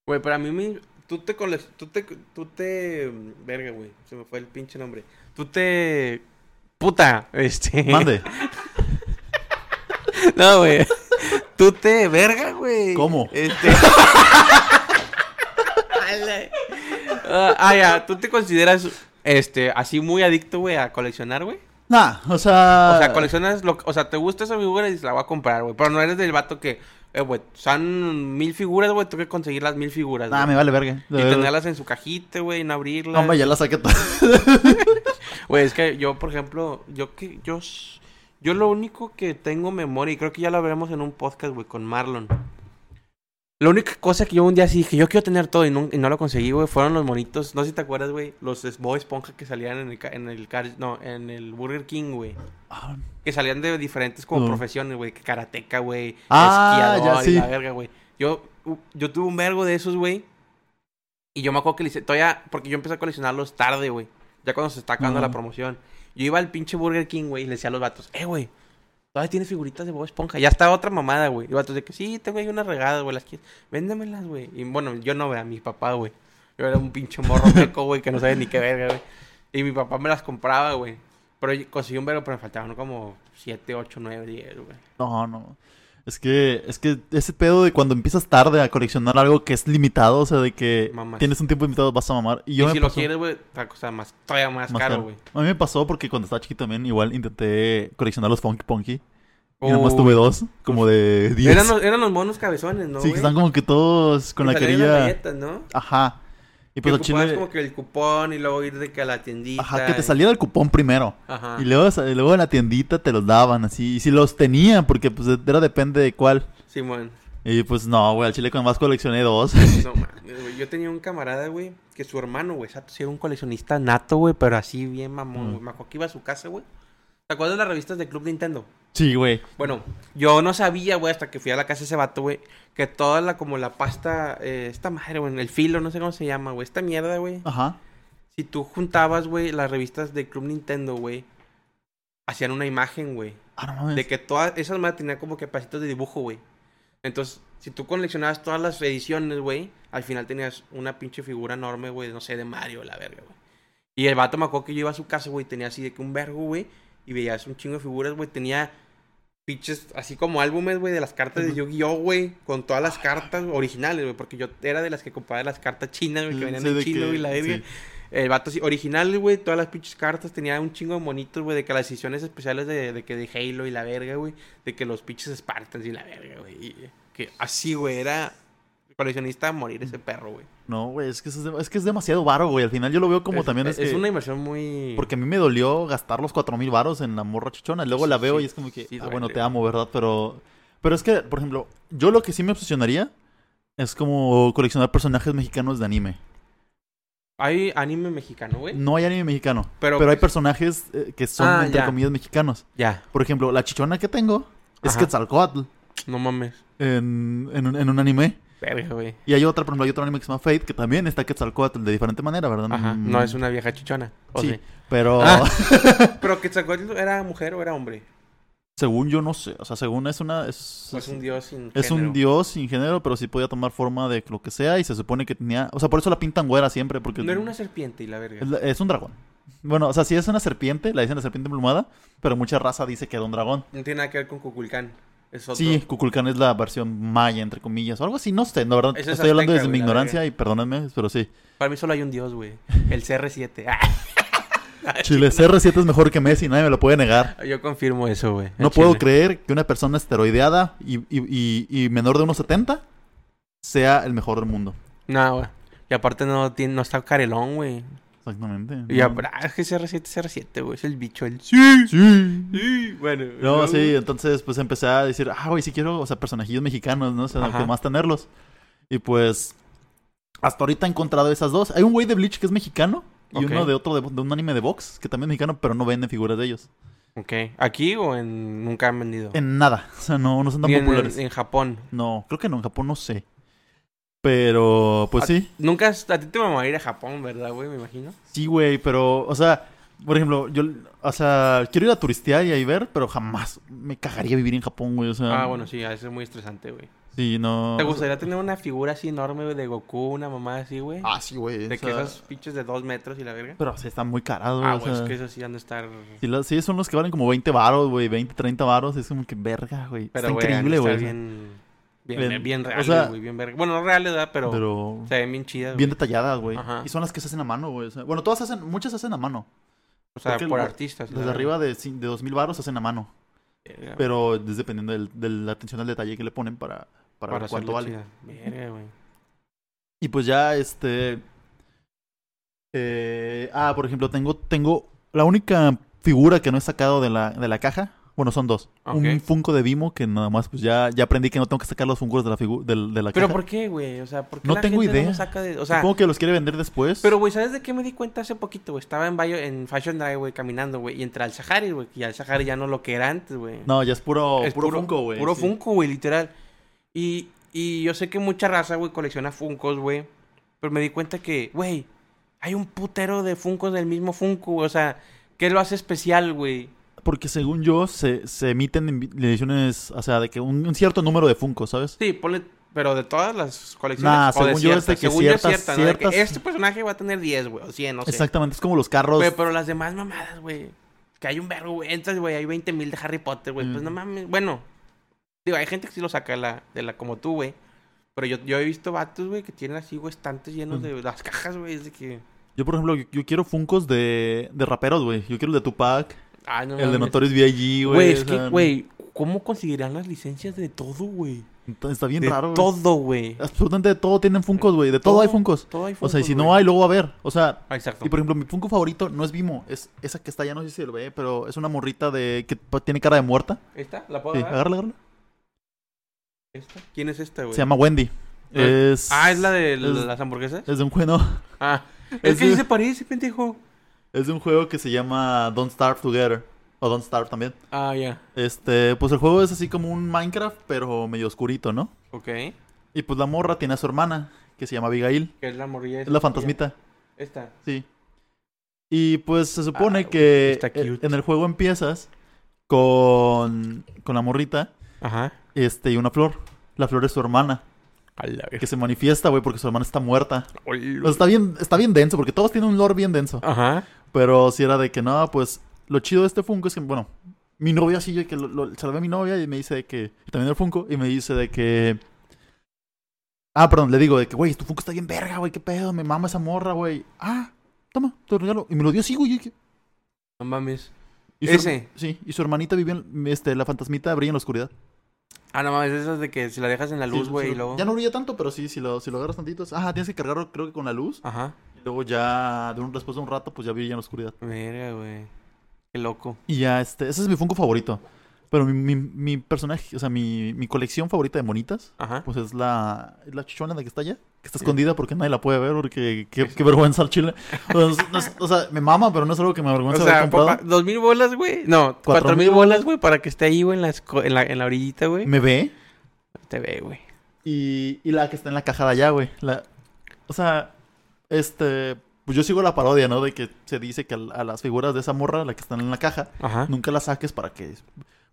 Speaker 1: Güey, para mí, mi- tú te cole- tú te, tú te, verga, güey, se me fue el pinche nombre. Tú te, puta, este.
Speaker 3: Mande.
Speaker 1: No, güey. Tú te, verga, güey.
Speaker 3: ¿Cómo?
Speaker 1: Este. Ala. Ah, ah, ya, ¿tú te consideras, este, así muy adicto, güey, a coleccionar, güey?
Speaker 3: Nah, o sea.
Speaker 1: O sea, coleccionas, lo... o sea, te gusta esa figura y la voy a comprar, güey. Pero no eres del vato que, eh, güey, son mil figuras, güey, tengo que conseguir las mil figuras,
Speaker 3: Nah,
Speaker 1: güey.
Speaker 3: Ah, me vale verga.
Speaker 1: Y
Speaker 3: De verdad.
Speaker 1: tenerlas en su cajita, güey, no abrirlas.
Speaker 3: No, hombre, ya la saqué toda.
Speaker 1: Güey, es que yo, por ejemplo, yo que yo s- yo lo único que tengo memoria y creo que ya lo veremos en un podcast, güey, con Marlon. La única cosa que yo un día sí dije, yo quiero tener todo y nun- y no, lo conseguí, güey, fueron los monitos, no sé si te acuerdas, güey, los es- Bob Esponja que salían en el, ca- en el car- no, en el Burger King, güey,
Speaker 3: Ah,
Speaker 1: que salían de diferentes como
Speaker 3: Mm.
Speaker 1: profesiones, güey, que karateca, güey,
Speaker 3: Ah,
Speaker 1: esquiador
Speaker 3: ya, sí.
Speaker 1: y la verga, güey. Yo u- yo tuve un vergo de esos, güey. Y yo me acuerdo que le hice, todavía, porque yo empecé a coleccionarlos tarde, güey. Ya cuando se está acabando
Speaker 3: Ajá.
Speaker 1: la promoción. Yo iba al pinche Burger King, güey, y le decía a los vatos, eh, güey, todavía tienes figuritas de Bob Esponja. Ya está otra mamada, güey. Y vatos de que sí, tengo ahí unas regadas, güey, las quieres. Véndemelas, güey. Y bueno, yo no, güey, a mi papá, güey. Yo era un pinche morro meco, güey, que no sabía ni qué verga, güey. Y mi papá me las compraba, güey. Pero yo conseguí un vergo, pero me faltaban como 7, 8, 9, 10, güey.
Speaker 3: No, no. Es que, es que ese pedo de cuando empiezas tarde a coleccionar algo que es limitado, o sea, de que
Speaker 1: Mamas.
Speaker 3: tienes un tiempo limitado, vas a mamar. Y
Speaker 1: Y,
Speaker 3: yo me
Speaker 1: si lo
Speaker 3: pasó-
Speaker 1: quieres, güey, te va a costar más, todavía más,
Speaker 3: Más
Speaker 1: caro,
Speaker 3: caro.
Speaker 1: güey.
Speaker 3: A mí me pasó porque cuando estaba chiquito también igual intenté coleccionar los Funky Punky. Y nomás tuve dos, como de
Speaker 1: Uh.
Speaker 3: 10.
Speaker 1: Oh. Eran los, eran los monos cabezones, ¿no?
Speaker 3: sí,
Speaker 1: güey?
Speaker 3: que están como que todos con
Speaker 1: Que
Speaker 3: la
Speaker 1: salían las
Speaker 3: querilla.
Speaker 1: galletas, ¿no?
Speaker 3: Ajá. Y pues
Speaker 1: que
Speaker 3: al
Speaker 1: ocupabas
Speaker 3: chile.
Speaker 1: como que el cupón y luego ir de que Ah. a la tiendita.
Speaker 3: Ajá, que te
Speaker 1: y-
Speaker 3: saliera el cupón primero.
Speaker 1: Ajá.
Speaker 3: Y luego, sa- luego en la tiendita te los daban así. Y si los tenía, porque pues era depende de cuál.
Speaker 1: Simón.
Speaker 3: Y pues no, güey, al chile cuando más coleccioné dos.
Speaker 1: No mames, güey. Yo tenía un camarada, güey, que su hermano, güey, Sato, sí era un coleccionista nato, güey, pero así bien mamón,
Speaker 3: Mm.
Speaker 1: güey. Me acuerdo que iba a su casa, güey. ¿Te acuerdas de las revistas de Club Nintendo?
Speaker 3: sí, güey.
Speaker 1: Bueno, yo no sabía, güey, hasta que fui a la casa de ese vato, güey, que toda la, como la pasta, eh, esta madre, güey, el filo, no sé cómo se llama, güey, esta mierda, güey.
Speaker 3: Ajá.
Speaker 1: Si tú juntabas, güey, las revistas de Club Nintendo, güey, hacían una imagen, güey.
Speaker 3: Ah, no mames.
Speaker 1: De que todas esas madres tenían como que pasitos de dibujo, güey. Entonces, si tú coleccionabas todas las ediciones, güey, al final tenías una pinche figura enorme, güey, no sé, de Mario, la verga, güey. Y el vato me acuerdo que yo iba a su casa, güey, tenía así de que un vergo, güey, y veías un chingo de figuras, güey, tenía pinches así como álbumes, güey, de las cartas de Yu-Gi-Oh, güey, con todas las cartas originales, güey, porque yo era de las que compraba las cartas chinas, güey, que venían
Speaker 3: Sí,
Speaker 1: en
Speaker 3: de
Speaker 1: chino,
Speaker 3: que-
Speaker 1: güey, la verga.
Speaker 3: sí.
Speaker 1: El vato sí, original, güey, todas las pinches cartas, tenía un chingo de monitos, güey, de que las ediciones especiales de, de que de Halo y la verga, güey, de que los pinches Spartans y la verga, güey. y que así, güey, era coleccionista a morir ese perro, güey.
Speaker 3: No, güey, es que es, es que es demasiado varo, güey. Al final yo lo veo como
Speaker 1: Es-
Speaker 3: también este, es,
Speaker 1: es, es
Speaker 3: que-
Speaker 1: una inversión muy...
Speaker 3: Porque a mí me dolió gastar los cuatro mil varos en la morra chichona. Luego la
Speaker 1: Sí,
Speaker 3: veo
Speaker 1: sí,
Speaker 3: y es como que,
Speaker 1: sí
Speaker 3: ah,
Speaker 1: duele,
Speaker 3: bueno, te
Speaker 1: güey.
Speaker 3: amo, ¿verdad? Pero, pero es que, por ejemplo, yo lo que sí me obsesionaría es como coleccionar personajes mexicanos de anime.
Speaker 1: Hay anime mexicano, güey.
Speaker 3: No hay anime mexicano,
Speaker 1: Pero,
Speaker 3: pero, hay personajes eh, que son,
Speaker 1: Ah,
Speaker 3: entre
Speaker 1: ya.
Speaker 3: comillas, mexicanos.
Speaker 1: Ya,
Speaker 3: Por ejemplo, la chichona que tengo es
Speaker 1: Ajá.
Speaker 3: Quetzalcoatl
Speaker 1: no mames.
Speaker 3: en, en un, en un anime.
Speaker 1: Verga, güey.
Speaker 3: Y hay otra, por ejemplo, hay otro anime que se llama Fate, que también está Quetzalcoatl de diferente manera, ¿verdad?
Speaker 1: Ajá,
Speaker 3: Mm,
Speaker 1: no es una vieja chichona. ¿o
Speaker 3: Sí,
Speaker 1: sí?
Speaker 3: pero
Speaker 1: Ah. Pero Quetzalcóatl era mujer o era hombre.
Speaker 3: según yo no sé. O sea, según es una... Es,
Speaker 1: O es un dios sin
Speaker 3: Es un
Speaker 1: género.
Speaker 3: dios sin género, pero sí podía tomar forma de lo que sea y se supone que tenía... O sea, por eso la pintan güera siempre, porque...
Speaker 1: No era una serpiente y la verga.
Speaker 3: es, la- es un dragón. Bueno, o sea, sí es una serpiente, la dicen la serpiente emplumada, pero mucha raza dice que era un dragón.
Speaker 1: No tiene nada que ver con Cuculcán. Es otro.
Speaker 3: Sí, Kukulkan es la versión maya, entre comillas, o algo así, no sé, la verdad,
Speaker 1: Ese es
Speaker 3: estoy hablando
Speaker 1: azteca,
Speaker 3: desde
Speaker 1: güey,
Speaker 3: mi
Speaker 1: la
Speaker 3: ignorancia y perdónenme, pero sí.
Speaker 1: Para mí solo hay un dios, güey. El CR7. Ah,
Speaker 3: Chile, CR7 es mejor que Messi, nadie me lo puede negar.
Speaker 1: yo confirmo eso, güey.
Speaker 3: No
Speaker 1: Al
Speaker 3: puedo
Speaker 1: chile.
Speaker 3: creer que una persona esteroideada y, y- y- y menor de 1,70 sea el mejor del mundo.
Speaker 1: No, güey. Y aparte no, tiene, no está carelón, güey.
Speaker 3: Exactamente.
Speaker 1: Y
Speaker 3: no.
Speaker 1: apra- ah, es que CR7, CR7, güey. Es el bicho, el...
Speaker 3: Sí.
Speaker 1: Sí, bueno.
Speaker 3: No,
Speaker 1: luego-
Speaker 3: sí, entonces pues empecé a decir, ah, güey, sí quiero, o sea, personajillos mexicanos, ¿no? O sea,
Speaker 1: Ajá.
Speaker 3: que más tenerlos. Y pues, hasta ahorita he encontrado esas dos. Hay un güey de Bleach que es mexicano y
Speaker 1: Ok.
Speaker 3: uno de otro, de, de un anime de box, que también es mexicano, pero no venden figuras de ellos.
Speaker 1: Ok. ¿Aquí o en... nunca han vendido?
Speaker 3: En nada, o sea, no, no son tan
Speaker 1: Ni en-
Speaker 3: populares.
Speaker 1: en Japón.
Speaker 3: No, creo que no, en Japón no sé. Pero, pues
Speaker 1: Ah,
Speaker 3: sí,
Speaker 1: Nunca has- a ti te va a ir a Japón, ¿verdad, güey? Me imagino.
Speaker 3: sí, güey, pero, o sea, por ejemplo, yo, o sea, quiero ir a turistear y ahí ver, pero jamás me cagaría vivir en Japón, güey, o sea.
Speaker 1: Ah, bueno, sí, a veces es muy estresante, güey.
Speaker 3: Sí, no.
Speaker 1: ¿Te gustaría tener una figura así enorme güey, de Goku, una mamá así, güey?
Speaker 3: Ah, sí, güey.
Speaker 1: de
Speaker 3: o
Speaker 1: que
Speaker 3: sea,
Speaker 1: esos pinches de dos metros y la verga.
Speaker 3: Pero sí, están muy carados,
Speaker 1: Ah,
Speaker 3: o
Speaker 1: güey, es
Speaker 3: sea,
Speaker 1: que eso sí han de estar.
Speaker 3: sí, la- sí, son los que valen como 20 varos, güey, 20, 30 varos. Es como que verga, güey. Está
Speaker 1: Pero, güey, han de
Speaker 3: increíble,
Speaker 1: estar
Speaker 3: güey.
Speaker 1: Bien, bien,
Speaker 3: Bien,
Speaker 1: bien,
Speaker 3: o
Speaker 1: reales,
Speaker 3: sea-
Speaker 1: güey, bien verga. Bueno, no reales, ¿verdad? Pero,
Speaker 3: Pero,
Speaker 1: se ven bien chidas.
Speaker 3: bien
Speaker 1: güey.
Speaker 3: detalladas, güey.
Speaker 1: Ajá.
Speaker 3: Y son las que se hacen a mano, güey. o sea, bueno, todas se hacen, muchas se hacen a mano.
Speaker 1: O sea,
Speaker 3: porque
Speaker 1: por
Speaker 3: lo-
Speaker 1: artistas. la
Speaker 3: Desde
Speaker 1: verga.
Speaker 3: arriba de, cin- de 2000 varos se hacen a mano.
Speaker 1: Verga, güey,
Speaker 3: Pero es dependiendo del- de la atención al detalle que le ponen para, para, ver cuánto
Speaker 1: hacerlo
Speaker 3: vale.
Speaker 1: chida. Verga, güey.
Speaker 3: Y pues ya, este. eh, ah, por ejemplo, tengo, tengo. La única figura que no he sacado de la, de la caja. Bueno, son dos. Un
Speaker 1: Ah, Ok.
Speaker 3: Funko de Vimo que nada más, pues ya, ya aprendí que no tengo que sacar los Funkos de la, figu- del- de la
Speaker 1: Pero,
Speaker 3: caja.
Speaker 1: ¿por qué, güey? O sea, ¿por qué
Speaker 3: No
Speaker 1: la
Speaker 3: tengo
Speaker 1: gente no
Speaker 3: idea.
Speaker 1: lo saca de. O sea,
Speaker 3: Supongo que los quiere vender después.
Speaker 1: Pero, güey, ¿sabes de qué me di cuenta hace poquito, güey? Estaba en, Bayo- en Fashion Drive, güey, caminando, güey. Y entré al Sahari, güey. Y al Sahari ya no lo que era antes, güey.
Speaker 3: No, ya es puro,
Speaker 1: Es
Speaker 3: puro, Funko, güey.
Speaker 1: Oh, Puro
Speaker 3: sí.
Speaker 1: Funko, güey, literal. Y, y yo sé que mucha raza, güey, colecciona Funcos, güey. Pero me di cuenta que, güey, hay un putero de Funcos del mismo Funko, güey. O sea, ¿qué lo hace especial, güey?
Speaker 3: Porque según yo, se, se emiten invi- ediciones. O sea, de que un, un cierto número de Funko, ¿sabes?
Speaker 1: Sí, ponle... Pero de todas las colecciones.
Speaker 3: Nah,
Speaker 1: o de
Speaker 3: según yo es
Speaker 1: ciertas,
Speaker 3: de que
Speaker 1: según yo es
Speaker 3: ciertas-
Speaker 1: cierta, ¿no? De que
Speaker 3: ciertas-
Speaker 1: este personaje va a tener 10, güey, o 100, no sé.
Speaker 3: Exactamente, es como los carros.
Speaker 1: Güey, pero las demás mamadas, güey. Que hay un vergo, güey. Entras, güey, hay 20 mil de Harry Potter, güey. Pues
Speaker 3: Mm.
Speaker 1: no mames. Bueno, digo, hay gente que sí lo saca de la, de la como tú, güey. Pero yo, yo he visto vatos, güey, que tienen así, güey, estantes llenos
Speaker 3: Mm.
Speaker 1: de las cajas, güey. Es de que.
Speaker 3: Yo, por ejemplo, yo, yo quiero Funkos de, de raperos, güey. Yo quiero el de Tupac,
Speaker 1: Ah, no
Speaker 3: el de
Speaker 1: mames.
Speaker 3: Notorious B.I.G., güey.
Speaker 1: Güey, es
Speaker 3: o sea,
Speaker 1: que, güey, ¿cómo conseguirán las licencias de todo, güey?
Speaker 3: Está bien
Speaker 1: De
Speaker 3: raro, güey.
Speaker 1: todo, güey.
Speaker 3: Absolutamente de todo tienen Funkos, güey. De todo, hay Funkos.
Speaker 1: Todo hay
Speaker 3: O sea, y
Speaker 1: Funkos,
Speaker 3: si no
Speaker 1: güey.
Speaker 3: hay, luego va a haber. O sea,
Speaker 1: Ah, Exacto.
Speaker 3: y por ejemplo, mi Funko favorito no es Vimo. Es esa que está allá, no sé si lo ve, pero es una morrita de que pa- tiene cara de muerta.
Speaker 1: ¿Esta? ¿La puedo
Speaker 3: Sí,
Speaker 1: agarrar?
Speaker 3: agárrala, agárrala.
Speaker 1: ¿Esta? ¿Quién es esta, güey?
Speaker 3: Se llama Wendy.
Speaker 1: Eh,
Speaker 3: Es,
Speaker 1: Ah, ¿es la de
Speaker 3: es-
Speaker 1: las hamburguesas?
Speaker 3: Es de un juego.
Speaker 1: Ah.
Speaker 3: es
Speaker 1: Es que
Speaker 3: de-
Speaker 1: dice París, pendejo.
Speaker 3: Es de un juego que se llama Don't Starve Together. O Don't Starve también.
Speaker 1: Ah, ya.
Speaker 3: Este, pues el juego es así como un Minecraft, pero medio oscurito, ¿no?
Speaker 1: Ok. Que
Speaker 3: Y pues la morra tiene a su hermana, que se llama Abigail.
Speaker 1: es la morrilla.
Speaker 3: Es
Speaker 1: esa
Speaker 3: la
Speaker 1: que ya-
Speaker 3: fantasmita.
Speaker 1: Esta.
Speaker 3: Sí. Y pues se supone
Speaker 1: Ah, güey,
Speaker 3: que
Speaker 1: está
Speaker 3: eh,
Speaker 1: cute.
Speaker 3: en el juego empiezas con, con la morrita
Speaker 1: Ajá.
Speaker 3: este, y una flor. La flor es su hermana,
Speaker 1: A la
Speaker 3: que se manifiesta, güey, porque su hermana está muerta. O sea,
Speaker 1: verga.
Speaker 3: está bien, está bien denso, porque todos tienen un lore bien denso.
Speaker 1: Ajá.
Speaker 3: Pero si era de que, no, pues, lo chido de este Funko es que, bueno, mi novia sí, que lo, lo- se lo ve a mi novia y me dice de que, y también el Funko, y me dice de que... Ah, perdón, le digo de que, güey, tu Funko está bien verga, güey, qué pedo, me mama esa morra, güey. Ah, toma, te lo regalo. Y me lo dio así, güey. y que-
Speaker 1: No mames.
Speaker 3: y su-
Speaker 1: Ese.
Speaker 3: Sí, y su hermanita vive en, este, la fantasmita brilla en la oscuridad.
Speaker 1: Ah, no mames, esas de que si la dejas en la luz,
Speaker 3: Sí,
Speaker 1: güey,
Speaker 3: sí,
Speaker 1: y luego.
Speaker 3: Ya no brilla tanto, pero sí, si lo, si lo agarras tantito. es- Ajá, tienes que cargarlo, creo que con la luz.
Speaker 1: Ajá.
Speaker 3: Y luego ya, de un, después de un rato, pues ya brilla en la oscuridad.
Speaker 1: Mira, güey. Qué loco.
Speaker 3: Y ya, este, ese es mi Funko favorito. Pero mi, mi, mi personaje, o sea, mi, mi colección favorita de monitas,
Speaker 1: Ajá.
Speaker 3: pues es la, es la chichona de que está allá, que está escondida porque nadie la puede ver, porque qué, qué vergüenza al chile. O sea, no es- o sea, me mama, pero no es algo que me
Speaker 1: O
Speaker 3: avergüenza haber
Speaker 1: sea,
Speaker 3: comprado.
Speaker 1: papá, dos mil bolas, güey. No, cuatro mil bolas, güey, para que esté ahí, güey, en la, esco- en la, en la orillita, güey.
Speaker 3: Me ve
Speaker 1: Te ve, güey.
Speaker 3: y, y la que está en la caja de allá, güey. La, o sea, este, pues yo sigo la parodia, ¿no? De que se dice que al- a, las figuras de esa morra, la que están en la caja,
Speaker 1: Ajá.
Speaker 3: nunca la saques para que...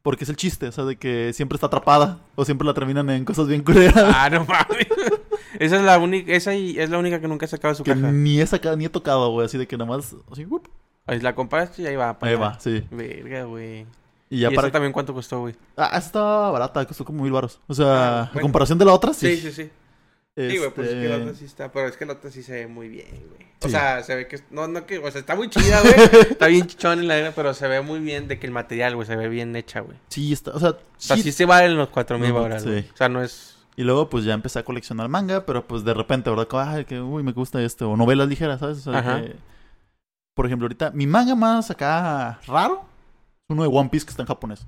Speaker 3: Porque es el chiste, o sea, de que siempre está atrapada o siempre la terminan en cosas bien culeras.
Speaker 1: Ah, no mames. esa es la única, esa y- es la única que nunca he sacado de su
Speaker 3: Que
Speaker 1: caja.
Speaker 3: ni he sacado, ni he tocado, güey. Así de que nada más. Así, ¡wup!
Speaker 1: Ahí la compraste y ahí va. para
Speaker 3: Ahí
Speaker 1: allá.
Speaker 3: va, sí.
Speaker 1: Verga, güey.
Speaker 3: Y
Speaker 1: ¿Y,
Speaker 3: ya para.
Speaker 1: esa también cuánto costó, güey?
Speaker 3: Ah, esa estaba barata, costó como mil baros. O
Speaker 1: Ah,
Speaker 3: sea, en
Speaker 1: bueno.
Speaker 3: comparación de la otra, Este, sí.
Speaker 1: Sí, sí, sí. Sí, güey, pues es que la otra sí está, pero es que la otra sí se ve muy bien, güey. O
Speaker 3: Sí.
Speaker 1: sea, se ve que, no, no que, o sea, está muy chida, güey. está bien chichón en la arena, pero se ve muy bien de que el material, güey, se ve bien hecha, güey.
Speaker 3: Sí, está. O sea,
Speaker 1: O sea,
Speaker 3: sí.
Speaker 1: sí se valen los cuatro mil
Speaker 3: No,
Speaker 1: dólares,
Speaker 3: sí.
Speaker 1: güey. O sea, no es,
Speaker 3: Y luego, pues ya empecé a coleccionar manga, pero pues de repente, ¿verdad? Como, Ay, que uy, me gusta esto. O novelas ligeras, ¿sabes? O sea,
Speaker 1: Ajá.
Speaker 3: que- Por ejemplo, ahorita, mi manga más acá raro es uno de One Piece que está en japonés.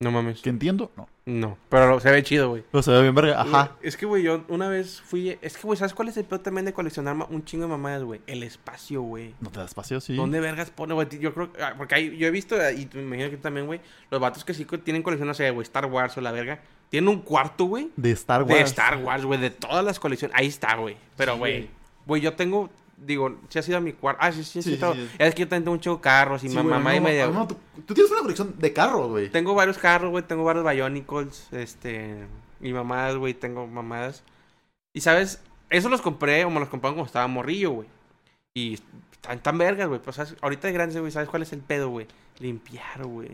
Speaker 1: no mames.
Speaker 3: Que entiendo, no.
Speaker 1: No, pero se ve chido, güey.
Speaker 3: O sea, bien verga, ajá.
Speaker 1: Güey, Es que, güey, yo una vez fui, es que, güey, ¿sabes cuál es el peor también de coleccionar ma- un chingo de mamadas, güey? El espacio, güey.
Speaker 3: No te das espacio, sí.
Speaker 1: ¿Dónde vergas pone, güey? Yo creo, ah, porque ahí, yo he visto, ah, y me imagino que tú también, güey, los vatos que sí co- tienen colección, no sé, güey, Star Wars o la verga, tienen un cuarto, güey,
Speaker 3: De Star Wars.
Speaker 1: de Star Wars, güey, de todas las colecciones. Ahí está, güey. Pero, güey, güey, yo tengo, digo, si ha sido mi cuarto. Ah, sí, sí, sí.
Speaker 3: Sí,
Speaker 1: estaba-
Speaker 3: sí, sí.
Speaker 1: Es que yo también tengo un chingo de carros y
Speaker 3: Sí,
Speaker 1: mi
Speaker 3: güey,
Speaker 1: mamá
Speaker 3: no, ah,
Speaker 1: y media.
Speaker 3: no,
Speaker 1: güey.
Speaker 3: tú, tú tienes una colección de carros, güey.
Speaker 1: Tengo varios carros, güey, tengo varios Bionicles, este, y mamadas, güey, tengo mamadas. Y, ¿sabes? Eso los compré o me los compraron cuando estaba morrillo, güey. Y están tan vergas, güey. Pues, ¿sabes? ahorita de grandes, güey, ¿sabes cuál es el pedo, güey? Limpiar, güey.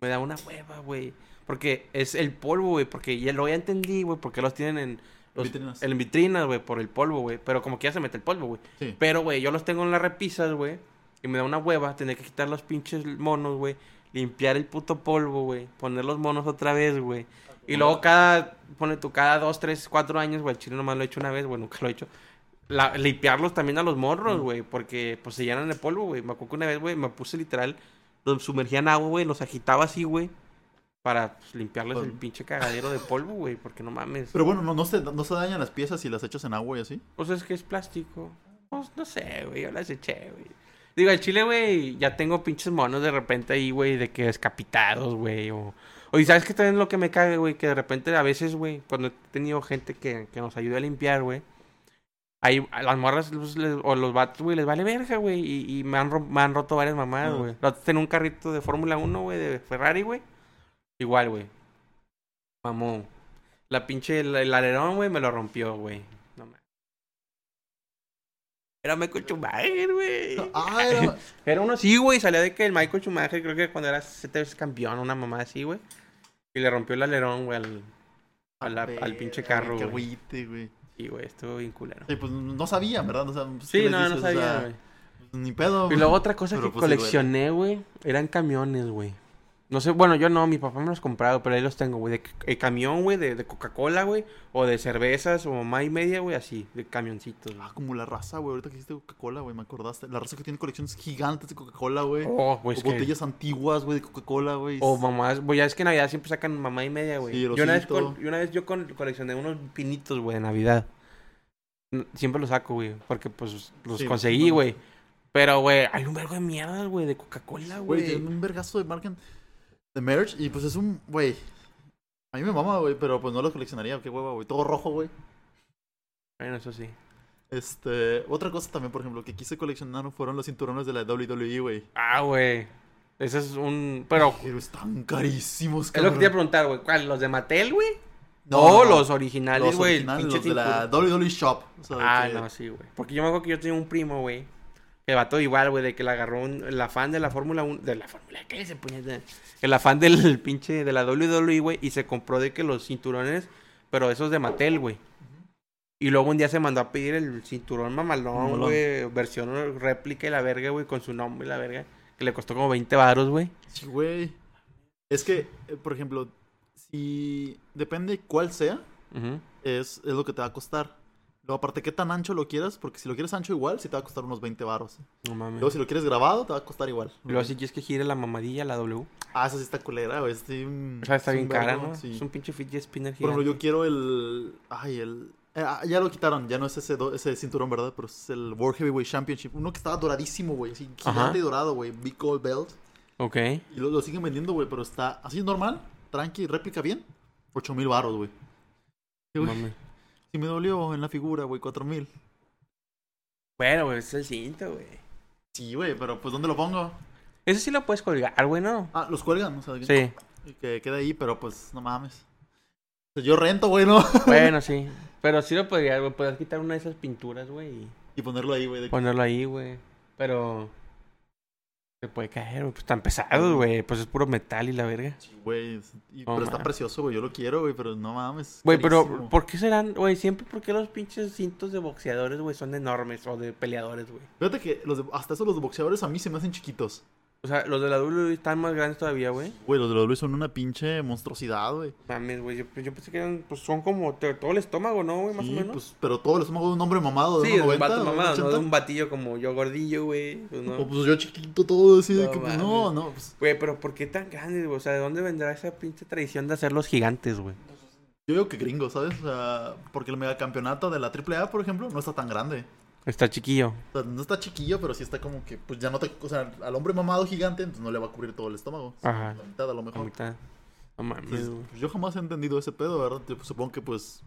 Speaker 1: Me da una hueva, güey. Porque es el polvo, güey. Porque ya lo ya entendí, güey. Porque los tienen en... Los,
Speaker 3: Vitrinas.
Speaker 1: En vitrinas, güey, por el polvo, güey. Pero como que ya se mete el polvo, güey.
Speaker 3: Sí.
Speaker 1: Pero, güey, yo los tengo en las repisas, güey. Y me da una hueva tener que quitar los pinches monos, güey. Limpiar el puto polvo, güey. Poner los monos otra vez, güey. Y luego cada, pone tú, cada dos, tres, cuatro años, güey, el chile nomás lo he hecho una vez, güey, nunca lo he hecho. La- limpiarlos también a los morros, güey, porque pues se llenan de polvo, güey. Me acuerdo que una vez, güey, me puse literal, los sumergía en agua, güey, los agitaba así, güey, para pues, limpiarles el
Speaker 3: Polvo.
Speaker 1: pinche cagadero de polvo, güey, porque no mames.
Speaker 3: Pero bueno, no, no, se, no se dañan las piezas si las echas en agua y así.
Speaker 1: O sea, pues es que es plástico. Pues no sé, güey, yo las eché, güey. Digo, al chile, güey, ya tengo pinches monos de repente ahí, güey, de que descapitados, güey. O, o y sabes que también lo que me caga, güey, que de repente a veces, güey, cuando he tenido gente que, que nos ayuda a limpiar, güey. Ahí a las morras los- les- o los vatos, güey, les vale verga, güey. Y, y me, han ro- me han roto varias mamadas,
Speaker 3: Ah.
Speaker 1: güey. Los otros tenían un carrito de Fórmula 1, güey, de Ferrari, güey. Igual, güey. Mamón. La pinche, el, el alerón, güey, me lo rompió, güey. No mames. Era Michael Schumacher, güey.
Speaker 3: Ah, era-
Speaker 1: Era uno así, güey. Salía de que el Michael Schumacher, creo que cuando era siete veces campeón, una mamá así, güey. Y le rompió el alerón, güey, al, al,
Speaker 3: Ah,
Speaker 1: al pinche
Speaker 3: verga,
Speaker 1: carro,
Speaker 3: qué
Speaker 1: güey.
Speaker 3: agüite, güey.
Speaker 1: Y, güey, estuvo bien culero.
Speaker 3: Sí, pues no sabía, ¿verdad? O sea, pues, ¿qué
Speaker 1: Sí,
Speaker 3: les
Speaker 1: no, no
Speaker 3: dices? O sea, pues,
Speaker 1: sabía, güey.
Speaker 3: Ni pedo.
Speaker 1: Y luego otra cosa
Speaker 3: Pero
Speaker 1: que
Speaker 3: pues sí, güey.
Speaker 1: coleccioné, güey, eran camiones, güey. No sé, bueno, yo no, mi papá me los compraba, pero ahí los tengo, güey. De c- el camión, güey, de, de Coca-Cola, güey. O de cervezas, o mamá y media, güey, así, de camioncitos, güey.
Speaker 3: Ah, como la raza, güey. Ahorita que hiciste Coca-Cola, güey, me acordaste. La raza que tiene colecciones gigantes de Coca-Cola, güey.
Speaker 1: Oh, güey,
Speaker 3: o
Speaker 1: es que- Oh,
Speaker 3: botellas antiguas, güey, de Coca-Cola, güey.
Speaker 1: O mamás, güey, ya es que en Navidad siempre sacan mamá y media, güey.
Speaker 3: Sí, el
Speaker 1: yo una vez,
Speaker 3: osito.
Speaker 1: col- yo una vez yo col- coleccioné unos pinitos, güey, de Navidad. N- Siempre los saco, güey, porque pues los
Speaker 3: Sí,
Speaker 1: conseguí,
Speaker 3: bueno.
Speaker 1: güey. Pero, güey, hay un vergo de mierdas, güey, de Coca-Cola,
Speaker 3: Güey, tienen
Speaker 1: güey.
Speaker 3: un vergazo de marca en- de merch. Y pues es un, güey. A mí me mama, güey, pero pues no los coleccionaría. Qué hueva, güey. Todo rojo, güey.
Speaker 1: Bueno, eso sí.
Speaker 3: Este, otra cosa también, por ejemplo, que quise coleccionar fueron los cinturones de la WWE, güey.
Speaker 1: Ah, güey. Ese es un... Pero
Speaker 3: Pero están carísimos,
Speaker 1: Es lo que te iba a
Speaker 3: cabrón.
Speaker 1: preguntar, güey. ¿Cuál? ¿Los de Mattel, güey?
Speaker 3: No,
Speaker 1: No,
Speaker 3: no,
Speaker 1: los
Speaker 3: Los
Speaker 1: originales, güey. el
Speaker 3: originales,
Speaker 1: pinche
Speaker 3: los de la
Speaker 1: cinturón.
Speaker 3: WWE Shop. O sea, de
Speaker 1: Ah,
Speaker 3: que-
Speaker 1: no, sí, güey. Porque yo me acuerdo que yo tenía un primo, güey. Que vato igual, güey, de que le agarró un- la fan de la Fórmula 1. ¿De la Fórmula qué se puñeta? El afán del pinche de la WWE, güey. Y se compró de que los cinturones, pero esos de Mattel, güey. Y luego un día se mandó a pedir el cinturón mamalón,
Speaker 3: Mamalón.
Speaker 1: güey. Versión réplica y la verga, güey, con su nombre y la verga. Que le costó como 20 varos, güey.
Speaker 3: Sí, güey. Es que, eh, por ejemplo, si depende cuál sea,
Speaker 1: Ujú.
Speaker 3: es, es lo que te va a costar. Luego, aparte, qué tan ancho lo quieras, porque si lo quieres ancho igual, sí te va a costar unos 20 varos.
Speaker 1: No
Speaker 3: Luego,
Speaker 1: mames.
Speaker 3: si lo quieres grabado, te va a costar igual.
Speaker 1: Luego, si quieres que gire la mamadilla, la W.
Speaker 3: Ah, esa sí está culera, güey. este, mm,
Speaker 1: O sea, está
Speaker 3: es
Speaker 1: bien
Speaker 3: un
Speaker 1: cara,
Speaker 3: vergo,
Speaker 1: ¿no?
Speaker 3: sí.
Speaker 1: Es un pinche fidget spinner
Speaker 3: Por ejemplo,
Speaker 1: gigante.
Speaker 3: yo quiero el... Ay, el... eh, ah, ya lo quitaron, ya no es ese, do- ese cinturón, ¿verdad? Pero es el World Heavyweight Championship. Uno que estaba doradísimo, güey. Así, gigante
Speaker 1: Ajá.
Speaker 3: y dorado, güey. Big Gold Belt.
Speaker 1: Ok.
Speaker 3: Y lo, lo siguen vendiendo, güey, pero está así normal, tranqui, réplica bien. 8 mil baros, güey.
Speaker 1: No
Speaker 3: Uy.
Speaker 1: mames.
Speaker 3: Si me dolió en la figura, güey, 4 mil.
Speaker 1: Bueno, güey, es el cinto, güey.
Speaker 3: Sí, güey, pero pues ¿dónde lo pongo?
Speaker 1: Eso sí lo puedes colgar, güey, ¿no?
Speaker 3: Ah, los cuelgan, o sea, que-
Speaker 1: Sí.
Speaker 3: que queda ahí, pero pues no mames. O sea, yo rento, güey, ¿no?
Speaker 1: Bueno, sí. Pero sí lo podría, güey. Podrías quitar una de esas pinturas, güey, y
Speaker 3: Y ponerlo ahí, güey. de-
Speaker 1: ponerlo ahí, güey. Pero. Se puede caer, güey. Pues tan pesado, güey. Pues es puro metal y la verga.
Speaker 3: Sí, güey. es- y-
Speaker 1: No
Speaker 3: pero está
Speaker 1: mames.
Speaker 3: precioso, güey, yo lo quiero, güey, pero no mames.
Speaker 1: Güey, pero
Speaker 3: carísimo.
Speaker 1: ¿por qué serán, güey? Siempre, ¿por qué los pinches cintos de boxeadores, güey, son enormes o de peleadores, güey?
Speaker 3: Fíjate que los de- hasta eso los boxeadores a mí se me hacen chiquitos.
Speaker 1: O sea, los de la WWE están más grandes todavía, güey.
Speaker 3: Güey, los de los Luis son una pinche monstruosidad, güey.
Speaker 1: Mames, güey. Yo, yo pensé que eran, pues son como te- todo el estómago, ¿no, güey? Más
Speaker 3: Sí,
Speaker 1: o menos.
Speaker 3: pues, pero todo el estómago de un hombre mamado de
Speaker 1: sí, de un
Speaker 3: 1,90,
Speaker 1: vato
Speaker 3: de
Speaker 1: mamado, ¿no? De
Speaker 3: 1,80.
Speaker 1: un batillo como yo gordillo, güey. Pues no.
Speaker 3: O pues yo chiquito todo así de
Speaker 1: No
Speaker 3: que pues no, no, pues
Speaker 1: Güey, pero ¿por qué tan grandes, güey? O sea, ¿de dónde vendrá esa pinche tradición de hacerlos gigantes, güey?
Speaker 3: yo digo que gringo, ¿sabes? O sea, porque el megacampeonato de la AAA, por ejemplo, no está tan grande.
Speaker 1: Está chiquillo.
Speaker 3: O sea, no está chiquillo, pero sí está como que, pues ya no te, o sea, al hombre mamado gigante, entonces no le va a cubrir todo el estómago.
Speaker 1: Ajá.
Speaker 3: La mitad a lo
Speaker 1: A
Speaker 3: mejor.
Speaker 1: mitad. No mames,
Speaker 3: Entonces,
Speaker 1: güey.
Speaker 3: pues, yo jamás he entendido ese pedo, ¿verdad? Yo, pues, supongo que pues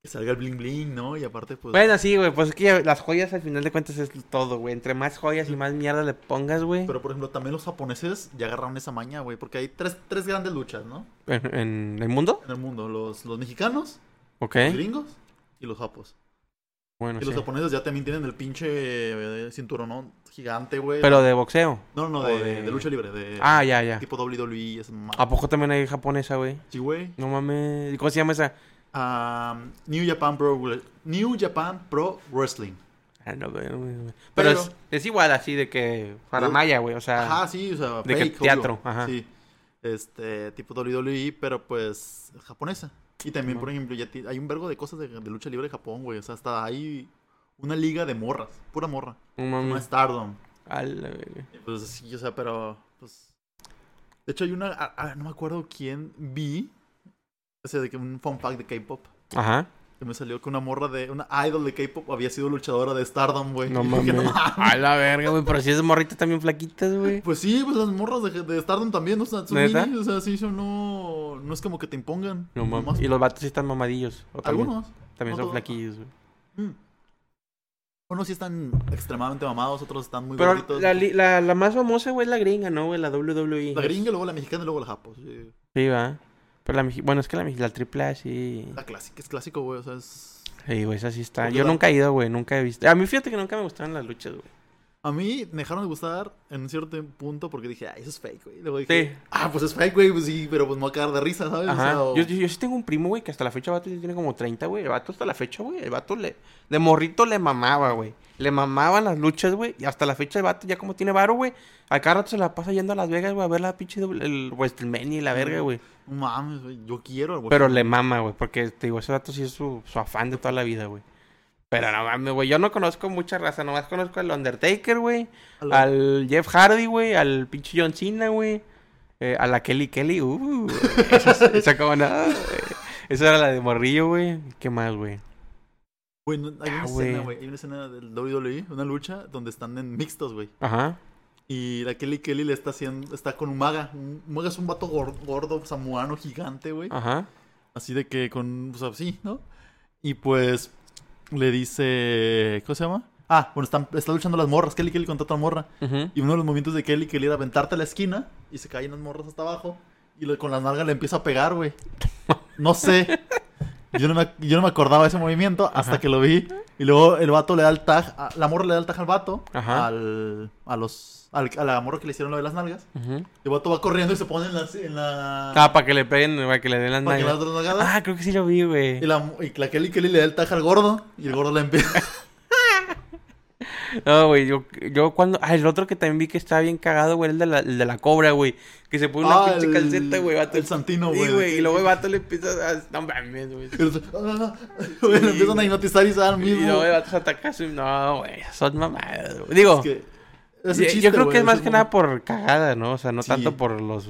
Speaker 3: que salga el bling bling, ¿no? Y aparte, pues.
Speaker 1: Bueno, sí, güey, pues es que las joyas al final de cuentas es todo, güey. Entre más joyas y más mierda le pongas, güey.
Speaker 3: Pero por ejemplo, también los japoneses ya agarraron esa maña, güey, porque hay tres, tres grandes luchas, ¿no?
Speaker 1: ¿En, en el mundo?
Speaker 3: En el mundo, los, los mexicanos,
Speaker 1: Ok.
Speaker 3: los gringos y los japos.
Speaker 1: Bueno,
Speaker 3: Y
Speaker 1: Ah, sí.
Speaker 3: los japoneses ya también tienen el pinche eh, cinturón ¿no? gigante, güey.
Speaker 1: Pero de boxeo.
Speaker 3: No, no,
Speaker 1: o
Speaker 3: de,
Speaker 1: de-
Speaker 3: de lucha libre, de
Speaker 1: Ah, ya, ya.
Speaker 3: tipo WWE y esa mamada.
Speaker 1: ¿A poco también hay japonesa, güey?
Speaker 3: Sí, güey.
Speaker 1: No mames. ¿Y ¿Cómo se llama esa?
Speaker 3: Am, New Japan Pro Wre- New Japan Pro Wrestling.
Speaker 1: Ah, no, güey, no, güey, güey. Pero,
Speaker 3: Pero-
Speaker 1: es, es igual así de que. Faramaya, güey. O sea.
Speaker 3: Ajá, sí, o sea,
Speaker 1: Ah. de que
Speaker 3: fake,
Speaker 1: teatro,
Speaker 3: obvio.
Speaker 1: ajá.
Speaker 3: Sí. Este, tipo WWE, pero pues japonesa. Y también, por ejemplo, ya ti- hay un vergo de cosas de, de lucha libre de Japón, güey. O sea, hasta hay una liga de morras, pura morra.
Speaker 1: No
Speaker 3: Una
Speaker 1: mames.
Speaker 3: Stardom.
Speaker 1: A la verga.
Speaker 3: Eh, Pues sí, o sea, pero. Pues, de hecho, hay una. ah, ah, no me acuerdo quién vi. O sea, de que un fun fact de K-pop.
Speaker 1: Ajá.
Speaker 3: Que me salió que una morra de. Una idol de K-pop había sido luchadora de Stardom, güey.
Speaker 1: No
Speaker 3: Y dije,
Speaker 1: mames.
Speaker 3: mames".
Speaker 1: A la verga, güey. Pero si es morrita también flaquitas, güey.
Speaker 3: Pues sí, pues las morras de, de Stardom también, o sea, son
Speaker 1: ¿Neta?
Speaker 3: ninis, o sea, sí, son no. No es como que te impongan.
Speaker 1: No mames.
Speaker 3: nomás-
Speaker 1: Y los vatos sí están mamadillos. O también,
Speaker 3: Algunos.
Speaker 1: También son
Speaker 3: no todos.
Speaker 1: flaquillos, güey.
Speaker 3: mm. Unos sí están extremadamente mamados, otros están muy
Speaker 1: Pero
Speaker 3: gorditos.
Speaker 1: la, li- la, la más famosa, güey, es la gringa, ¿no, güey? La WWE.
Speaker 3: La gringa, luego la mexicana y luego la japo. sí.
Speaker 1: Sí, va. Pero la meji- Bueno, es que la, meji- la triple A sí.
Speaker 3: La clásica, es clásico, güey, o sea, es.
Speaker 1: Sí, güey, esa sí está.
Speaker 3: Porque
Speaker 1: Yo
Speaker 3: la-
Speaker 1: nunca he ido, güey. Nunca he visto. A mí fíjate que nunca me gustaron las luchas, güey.
Speaker 3: A mí me dejaron de gustar en un cierto punto porque dije, ay, eso es fake, güey. Luego dije,
Speaker 1: Sí.
Speaker 3: ah, pues es fake, güey, pues sí, pero pues me voy a cagar de risa, ¿sabes? O
Speaker 1: Ajá.
Speaker 3: sea, o-
Speaker 1: Yo, yo- yo sí tengo un primo, güey, que hasta la fecha vato ya tiene como 30, güey. El vato hasta la fecha, güey. El vato le... De morrito le mamaba, güey. Le mamaban las luchas, güey. Y hasta la fecha el vato ya como tiene varo, güey. A cada rato se la pasa yendo a Las Vegas, güey, a ver la pinche... doble- El WrestleMania y la verga, güey.
Speaker 3: No mames, güey, yo quiero, güey.
Speaker 1: Pero le mama, güey. Porque, te digo, ese vato sí es su, su afán de toda la vida, güey. Pero no mames, güey. Yo no conozco mucha raza. Nomás conozco al Undertaker, güey.
Speaker 3: A la-
Speaker 1: Al Jeff Hardy, güey. Al pinche John Cena, güey. eh, a la Kelly Kelly. Uh, güey, esa, esa como nada. ah, güey. Esa era la de Morrillo, güey. ¿Qué más, güey?
Speaker 3: Güey, no- hay una
Speaker 1: Ah,
Speaker 3: escena,
Speaker 1: güey.
Speaker 3: güey, hay una escena del WWE, una lucha donde están en mixtos, güey.
Speaker 1: Ajá.
Speaker 3: Y la Kelly Kelly le está haciendo, está con un maga. Un un maga es un vato gor- gordo, samuano, gigante, güey.
Speaker 1: Ajá.
Speaker 3: Así de que con, o sea, sí, ¿no? Y pues le dice, ¿cómo se llama? Ah, bueno, están, están luchando las morras, Kelly Kelly contra otra morra.
Speaker 1: ujú.
Speaker 3: Y uno de los movimientos de Kelly Kelly era aventarte a la esquina y se caen las morras hasta abajo. Y lo- con la nalga le empieza a pegar, güey. No sé. Yo no, me, yo no me acordaba de ese movimiento hasta
Speaker 1: Ajá.
Speaker 3: que lo vi. Y luego el vato le da el tag. a- la morra le da el tag al vato.
Speaker 1: Ajá.
Speaker 3: Al, a los. al- a la morra que le hicieron lo de las nalgas.
Speaker 1: ujú.
Speaker 3: El vato va corriendo y se pone en la. en la-
Speaker 1: Ah, para que le peguen, para que le den las
Speaker 3: para que le
Speaker 1: nalgas.
Speaker 3: das las nalgadas.
Speaker 1: Ah, creo que sí lo vi, güey.
Speaker 3: Y la, y la Kelly Kelly le da el tag al gordo. Y el gordo le empieza.
Speaker 1: No, güey, yo, yo cuando... Ah, el otro que también vi que estaba bien cagado, güey, el de la, el de la cobra, güey. Que se pone una
Speaker 3: Ah,
Speaker 1: pinche
Speaker 3: el-
Speaker 1: calceta, güey, vato.
Speaker 3: el Santino,
Speaker 1: Sí,
Speaker 3: güey.
Speaker 1: güey, y luego el vato le empieza a... No mames, güey.
Speaker 3: Y los- ah, güey, lo empiezan a hipnotizar y se dan
Speaker 1: Y
Speaker 3: mismo.
Speaker 1: luego el vato se ataca a su- No, güey, son mamadas, güey. Digo,
Speaker 3: Es que- es un
Speaker 1: Oh. yo-
Speaker 3: chiste,
Speaker 1: yo creo
Speaker 3: güey,
Speaker 1: que es más
Speaker 3: un
Speaker 1: que
Speaker 3: momento.
Speaker 1: nada por cagada, ¿no? O sea, no
Speaker 3: Sí.
Speaker 1: tanto por los...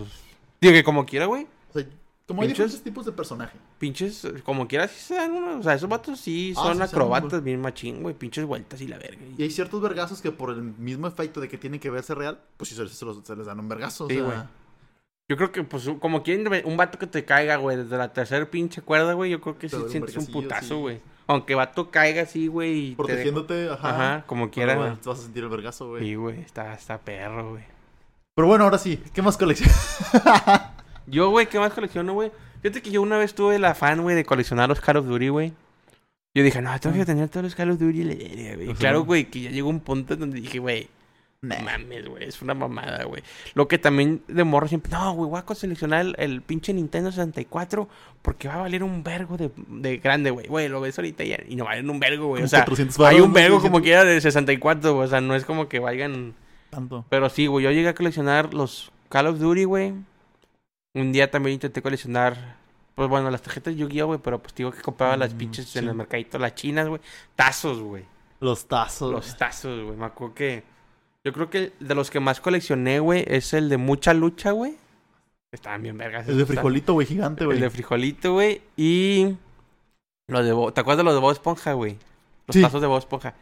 Speaker 1: Digo, que como quiera, güey.
Speaker 3: O sea, como hay
Speaker 1: Pinches.
Speaker 3: diferentes tipos de personajes.
Speaker 1: Pinches, como quiera, sí se dan unos. O sea, esos vatos sí
Speaker 3: Ah, sí
Speaker 1: son
Speaker 3: se dan,
Speaker 1: acrobatas
Speaker 3: güey.
Speaker 1: bien machín, güey. Pinches vueltas y la verga.
Speaker 3: Y hay ciertos vergazos que por el mismo efecto de que tienen que verse real, pues sí se, se los- se les dan un vergazo. o
Speaker 1: Sí,
Speaker 3: sea,
Speaker 1: güey. Yo creo que, pues, como quieren, un vato que te caiga, güey, desde la tercera pinche cuerda, güey, yo creo que
Speaker 3: Te
Speaker 1: sí
Speaker 3: doy un
Speaker 1: sientes un
Speaker 3: vergacillo,
Speaker 1: putazo,
Speaker 3: sí.
Speaker 1: güey. Aunque vato caiga así, güey. y te dejo-
Speaker 3: protegiéndote, ajá.
Speaker 1: Ajá, como
Speaker 3: pero,
Speaker 1: quiera.
Speaker 3: güey, te vas a sentir el vergazo, güey.
Speaker 1: sí, güey, está, está perro, güey.
Speaker 3: Pero bueno, ahora sí, ¿qué más colección?
Speaker 1: Yo, güey, ¿qué más colecciono, güey? Fíjate que yo una vez tuve la fan, güey, de coleccionar los Call of Duty, güey. Yo dije, no, tengo que tener todos los Call of Duty, la verga, güey.
Speaker 3: Ajá.
Speaker 1: Claro, güey, que ya llegó un punto donde dije, güey, No
Speaker 3: Nah.
Speaker 1: mames, güey, es una mamada, güey. Lo que también de morro siempre, no, güey, voy a seleccionar el, el pinche Nintendo 64 porque va a valer un vergo de, de grande, güey. Güey, lo ves ahorita ya, y no valen un vergo, güey. O
Speaker 3: Como
Speaker 1: sea,
Speaker 3: 400
Speaker 1: hay
Speaker 3: varos,
Speaker 1: un
Speaker 3: ¿no?
Speaker 1: vergo
Speaker 3: 400
Speaker 1: como quiera de 64, güey. O sea, no es como que valgan.
Speaker 3: Tanto.
Speaker 1: Pero sí, güey, yo llegué a coleccionar los Call of Duty, güey. Un día también intenté coleccionar, pues bueno, las tarjetas Yu-Gi-Oh, güey, pero pues te digo que compraba las
Speaker 3: Mm,
Speaker 1: pinches
Speaker 3: sí.
Speaker 1: en el mercadito, las chinas, güey. Tazos, güey.
Speaker 3: Los tazos.
Speaker 1: Los tazos, güey. Me acuerdo que. Yo creo que de los que más coleccioné, güey, es el de mucha lucha, güey. Estaban bien vergas.
Speaker 3: El de
Speaker 1: esos tazos.
Speaker 3: frijolito, güey, gigante, güey.
Speaker 1: El de frijolito, güey. Y. Los de Bo- ¿Te acuerdas de los de Bob Esponja, güey? Los
Speaker 3: Sí.
Speaker 1: tazos de Bob Esponja.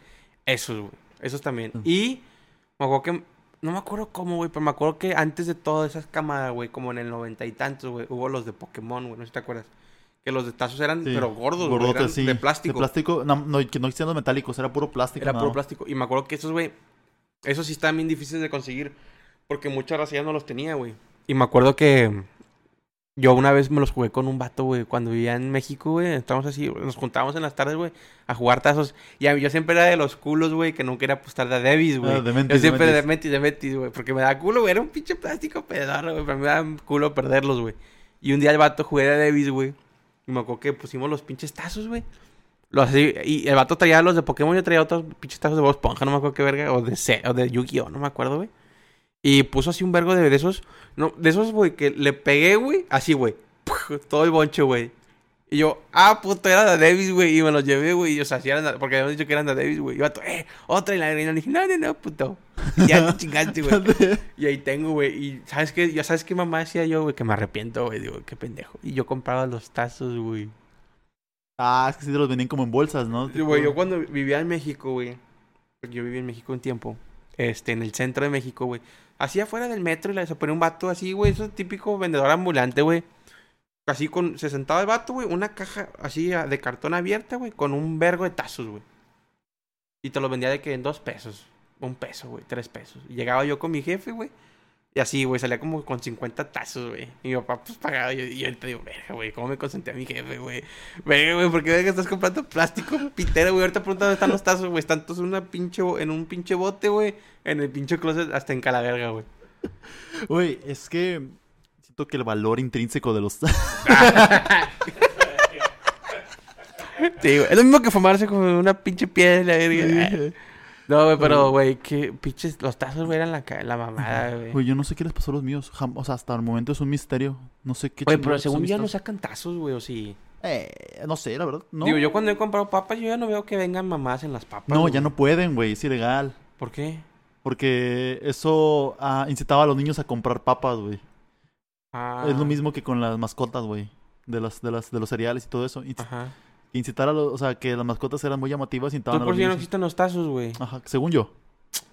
Speaker 1: Esos, güey. Esos también.
Speaker 3: Mm.
Speaker 1: Y. Me acuerdo que. No me acuerdo cómo, güey, pero me acuerdo que antes de todas esas camadas, güey, como en el noventa y tantos, güey, hubo los de Pokémon, güey, no sé si te acuerdas. Que los de tazos eran,
Speaker 3: Sí.
Speaker 1: pero gordos, güey,
Speaker 3: Gordotes,
Speaker 1: eran
Speaker 3: sí.
Speaker 1: de plástico.
Speaker 3: De plástico, no, no, que no existían los metálicos, era puro plástico.
Speaker 1: Era
Speaker 3: nada
Speaker 1: puro
Speaker 3: más.
Speaker 1: plástico. Y me acuerdo que esos, güey, esos sí estaban bien difíciles de conseguir. Porque mucha raza ya no los tenía, güey. Y me acuerdo que yo una vez me los jugué con un vato, güey. Cuando vivía en México, güey. Estábamos así, güey, nos juntábamos en las tardes, güey, a jugar tazos. Y a mí- yo siempre era de los culos, güey, que no quería apostar de a Davis, güey.
Speaker 3: Ah,
Speaker 1: yo
Speaker 3: dementes,
Speaker 1: siempre de Metis,
Speaker 3: dementes.
Speaker 1: de Metis, güey. Porque me da culo, güey. Era un pinche plástico pedorro, güey. Para mí me da culo perderlos, güey. Y un día el vato jugué de Davis, güey. Y me acuerdo que pusimos los pinches tazos, güey. Los así, y el vato traía los de Pokémon, yo traía otros pinches tazos de Bob Esponja, no me acuerdo qué verga, o de, Se- o de Yu-Gi-Oh, no me acuerdo, güey. Y puso así un vergo de, de esos, no, de esos, güey, que le pegué, güey, así, güey, todo el boncho, güey. Y yo, ah, puto, era de Davis, güey, y me los llevé, güey, y o sea, sí eran, de- porque habíamos dicho que eran de Davis, güey. Y el vato, eh, otra, y la y le dije, no, no, no, puto. Y ya te chingaste, güey. Y ahí tengo, güey. Y sabes qué, ya sabes qué mamá hacía yo, güey, que me arrepiento, güey. Digo, qué pendejo. Y yo compraba los tazos, güey.
Speaker 3: Ah, es que sí los vendían como en bolsas, ¿no?
Speaker 1: Yo, güey, yo cuando vivía en México, güey. Porque yo viví en México un tiempo. Este, en el centro de México, güey. Así afuera del metro y la se ponía un vato así, güey. Eso es típico vendedor ambulante, güey. Así con. Se sentaba el vato, güey. Una caja así ah, de cartón abierta, güey. Con un vergo de tazos, güey. Y te los vendía de que en dos pesos. Un peso, güey. Tres pesos. Y llegaba yo con mi jefe, güey. Y así, güey, salía como con 50 tazos, güey. Y mi papá, pues, pagaba. Y yo, y yo te digo, verga, güey, ¿cómo me consenté a mi jefe, güey? Verga, güey, ¿por qué verga estás comprando plástico pitero, güey? Ahorita pregunta dónde están los tazos, güey. Están todos en, una pinche, bo- en un pinche bote, güey. En el pinche closet, hasta en calaverga, güey.
Speaker 3: Güey, es que siento que el valor intrínseco de los
Speaker 1: Sí, güey. Es lo mismo que fumarse con una pinche piedra y la verga. Eh,
Speaker 3: Güey,
Speaker 1: No, güey, pero, güey, que pinches, los tazos, güey, eran la, ca- la mamada, güey.
Speaker 3: yo no sé qué les pasó a los míos. Jam- O sea, hasta el momento es un misterio. No sé qué
Speaker 1: Güey,
Speaker 3: chingados
Speaker 1: pero
Speaker 3: son
Speaker 1: según
Speaker 3: mis
Speaker 1: ya no
Speaker 3: tazos.
Speaker 1: sacan tazos, güey, o sí.
Speaker 3: Eh, no sé, la verdad. No,
Speaker 1: Digo, yo cuando he comprado papas, yo ya no veo que vengan mamás en las papas.
Speaker 3: no
Speaker 1: güey.
Speaker 3: ya no pueden, güey. Es ilegal.
Speaker 1: ¿Por qué?
Speaker 3: Porque eso ah, incitaba a los niños a comprar papas, güey.
Speaker 1: Ah,
Speaker 3: Es lo mismo que con las mascotas, güey. De las, de las, de los cereales y todo eso. Inci-
Speaker 1: Ajá.
Speaker 3: Incitar a los, o sea, que las mascotas eran muy llamativas, incitaban
Speaker 1: Entonces
Speaker 3: a
Speaker 1: por
Speaker 3: los
Speaker 1: si ya no
Speaker 3: niños.
Speaker 1: existen los tazos, güey.
Speaker 3: Ajá, según yo.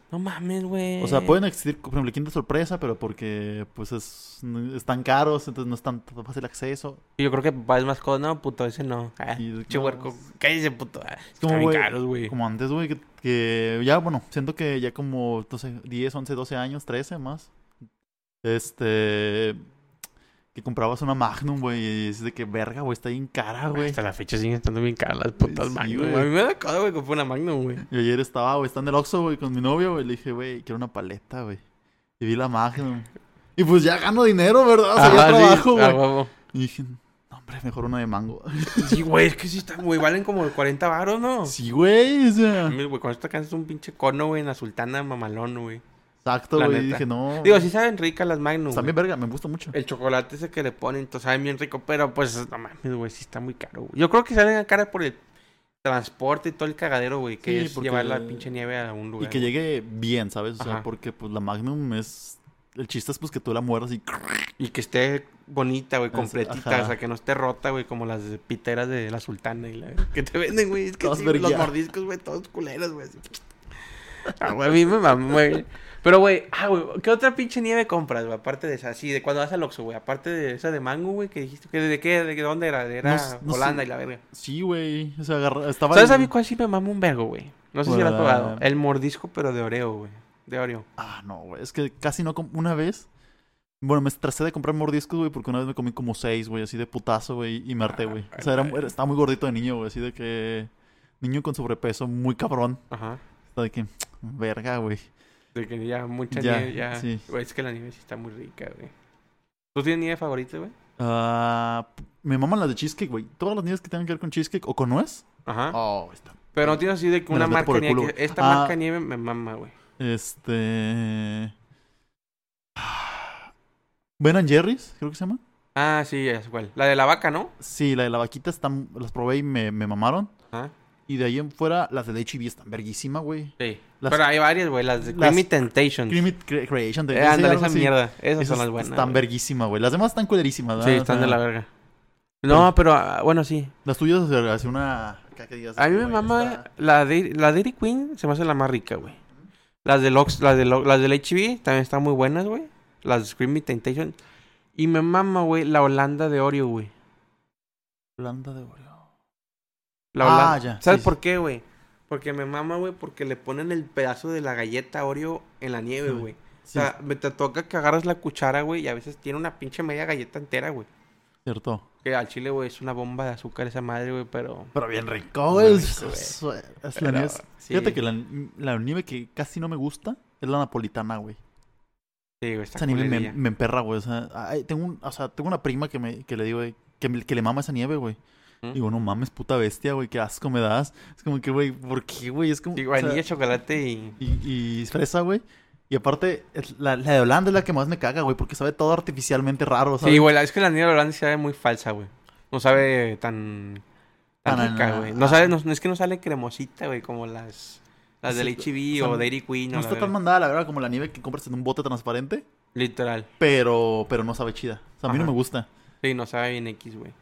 Speaker 1: No mames, güey.
Speaker 3: Ah. O sea, pueden existir, por ejemplo, Kinder Sorpresa, pero porque pues es, están caros, entonces no es tan fácil acceso.
Speaker 1: Yo creo que papá es más codo, no, puto, ese no. Ah,
Speaker 3: Y-
Speaker 1: che,
Speaker 3: no,
Speaker 1: huerco,
Speaker 3: es-
Speaker 1: cállese, puto. Ah,
Speaker 3: como,
Speaker 1: están bien
Speaker 3: güey,
Speaker 1: caros, güey.
Speaker 3: Como antes, güey, que, que ya, bueno, siento que ya como, no sé, 10, 11, 12 años, 13 más. Este... Que comprabas una Magnum, güey, y es de que verga, güey, está bien cara, güey.
Speaker 1: Hasta la fecha siguen estando bien caras las putas
Speaker 3: Sí,
Speaker 1: Magnum.
Speaker 3: güey.
Speaker 1: güey. A mí me da codo, güey, compré una Magnum, güey.
Speaker 3: Yo ayer estaba, güey, estaba en el Oxxo, güey, con mi novio, güey. Le dije, güey, quiero una paleta, güey. Y vi la Magnum. Y pues ya gano dinero, ¿verdad? O sea, ya
Speaker 1: Ajá, sí, ah,
Speaker 3: trabajo,
Speaker 1: a
Speaker 3: güey.
Speaker 1: huevo.
Speaker 3: Y dije, no compré mejor una de mango.
Speaker 1: Sí, güey, es que sí está, güey, valen como 40 varos, ¿no?
Speaker 3: Sí, güey, o sea.
Speaker 1: Mira, güey, con esto alcanzas un pinche cono, güey, en la sultana mamalón, güey.
Speaker 3: Exacto,
Speaker 1: La
Speaker 3: güey.
Speaker 1: neta.
Speaker 3: Dije, no. pues,
Speaker 1: Digo, sí saben ricas las Magnum,
Speaker 3: También
Speaker 1: güey.
Speaker 3: verga, me gusta mucho.
Speaker 1: El chocolate ese que le ponen, entonces saben bien rico, pero pues, no mames, güey, sí está muy caro, güey. Yo creo que salen a cara por el transporte y todo el cagadero, güey, que
Speaker 3: Sí,
Speaker 1: es
Speaker 3: porque-
Speaker 1: llevar la pinche nieve a un lugar.
Speaker 3: Y que llegue bien, ¿sabes? O sea,
Speaker 1: Ajá.
Speaker 3: porque pues la Magnum es. El chiste es pues que tú la muerdas y.
Speaker 1: Y que esté bonita, güey,
Speaker 3: Es-
Speaker 1: completita.
Speaker 3: Ah, ajá.
Speaker 1: O sea, que no esté rota, güey, como las de piteras de la sultana y la... Que te venden, güey. Es que
Speaker 3: Todas
Speaker 1: sí, los
Speaker 3: vergueadas.
Speaker 1: mordiscos, güey, todos culeros, güey. así. Ah, güey, a mí me mamó, güey. Pero, güey, ah, güey, ¿qué otra pinche nieve compras, güey? Aparte de esa, sí, de cuando vas al Oxxo, güey. Aparte de esa de mango, güey, que dijiste que de qué, de dónde era, De- era
Speaker 3: No s- no
Speaker 1: Holanda
Speaker 3: sé.
Speaker 1: y la verga.
Speaker 3: Sí, güey. O sea, agarra... estaba.
Speaker 1: ¿Sabes
Speaker 3: el-
Speaker 1: a mí cuál sí me mamó un vergo, güey? No sé si lo has
Speaker 3: Hola.
Speaker 1: probado. El mordisco, pero de Oreo, güey. De Oreo.
Speaker 3: Ah, no, güey. Es que casi no. com- Una vez. Bueno, me tracé de comprar mordiscos, güey, porque una vez me comí como seis, güey, así de putazo, güey, y me
Speaker 1: Ah,
Speaker 3: harté, güey. O sea, era, era- estaba muy gordito de niño, güey, así de que. Niño con sobrepeso, muy cabrón.
Speaker 1: Ajá.
Speaker 3: Estaba de que. Verga, güey.
Speaker 1: De que ya mucha
Speaker 3: Ya,
Speaker 1: nieve, ya.
Speaker 3: sí.
Speaker 1: Güey, es que la nieve sí está muy rica, güey. ¿Tú tienes nieve favorita, güey?
Speaker 3: Ah, me maman las de cheesecake, güey. Todas las nieves que tengan que ver con cheesecake o con nuez.
Speaker 1: Ajá.
Speaker 3: Oh, está.
Speaker 1: Ah, Pero no tienes así de que
Speaker 3: Me
Speaker 1: una
Speaker 3: las meto
Speaker 1: marca
Speaker 3: por el
Speaker 1: nieve.
Speaker 3: culo,
Speaker 1: que- Esta
Speaker 3: güey.
Speaker 1: marca
Speaker 3: Ah.
Speaker 1: nieve me mama, güey.
Speaker 3: Este. Ben and Jerry's, creo que se llama.
Speaker 1: Ah, sí, es cual. La de la vaca, ¿no?
Speaker 3: Sí, la de la vaquita están, las probé y me, me mamaron.
Speaker 1: Ajá.
Speaker 3: Y de ahí en fuera, las de HB están verguísima, güey.
Speaker 1: Sí.
Speaker 3: Las-
Speaker 1: Pero hay varias, güey. Las de
Speaker 3: las-
Speaker 1: Creamy Temptations.
Speaker 3: Creamy Cre- Creation de
Speaker 1: Mm. Eh, ándale, esa mierda. Esas, son las buenas.
Speaker 3: Están
Speaker 1: güey.
Speaker 3: verguísima, güey. Las demás están culerísimas, ¿verdad?
Speaker 1: Sí,
Speaker 3: O
Speaker 1: están de
Speaker 3: sea,
Speaker 1: la verga. No, pero ah, bueno, sí.
Speaker 3: Las tuyas, o sea, hace una. acá que digas,
Speaker 1: A mí me
Speaker 3: güey,
Speaker 1: mama
Speaker 3: esta-
Speaker 1: la, de, la Dairy Queen, se me hace la más rica, güey. Las del Ox, las del, O- las del HB también están muy buenas, güey. Las de Screaming Temptation. Y me mama, güey, la Holanda de Oreo, güey.
Speaker 3: Holanda de Oreo.
Speaker 1: La
Speaker 3: Ah,
Speaker 1: Holanda.
Speaker 3: ya,
Speaker 1: ¿Sabes
Speaker 3: sí,
Speaker 1: por qué, güey? Porque me mama, güey, porque le ponen el pedazo de la galleta Oreo en la nieve,
Speaker 3: Sí,
Speaker 1: güey.
Speaker 3: Sí,
Speaker 1: O sea, me te toca que agarras la cuchara, güey, y a veces tiene una pinche media galleta entera, güey.
Speaker 3: cierto.
Speaker 1: Que al chile, güey, es una bomba de azúcar esa madre, güey, pero...
Speaker 3: Pero bien rico, güey.
Speaker 1: Bien rico, güey.
Speaker 3: Es- es la
Speaker 1: Pero,
Speaker 3: nieve.
Speaker 1: sí.
Speaker 3: Fíjate que la, la nieve que casi no me gusta es la napolitana, güey.
Speaker 1: Sí, güey, está
Speaker 3: Esa nieve me,
Speaker 1: culerilla.
Speaker 3: me emperra, güey. O sea, ay, tengo, un- o sea, tengo una prima que, me, que le digo, güey, que, me- que le mama esa nieve, güey.
Speaker 1: ¿Mm?
Speaker 3: Digo, no mames, puta bestia, güey, qué asco me das. Es como que, güey, ¿por qué, güey? Es como.
Speaker 1: Sí,
Speaker 3: o
Speaker 1: vainilla,
Speaker 3: sea,
Speaker 1: chocolate y...
Speaker 3: y, y fresa, güey. Y aparte, es- la, la de Holanda es la que más me caga, güey, porque sabe todo artificialmente raro, ¿sabes?
Speaker 1: Sí, güey, la- es que la nieve de Holanda sí sabe muy falsa, güey. No sabe tan... Tan
Speaker 3: Tan-
Speaker 1: rica, güey. No
Speaker 3: ah.
Speaker 1: sabe, no, no es que no sale cremosita, güey, como las... Las del
Speaker 3: Sí,
Speaker 1: HB
Speaker 3: o sea,
Speaker 1: o Dairy Queen
Speaker 3: no
Speaker 1: o la
Speaker 3: está tan
Speaker 1: verga.
Speaker 3: mandada, la verdad, como la nieve que compras en un bote transparente,
Speaker 1: Literal.
Speaker 3: pero, pero no sabe chida. O sea, a mí
Speaker 1: Ajá.
Speaker 3: no me gusta.
Speaker 1: Sí, no sabe bien X, güey.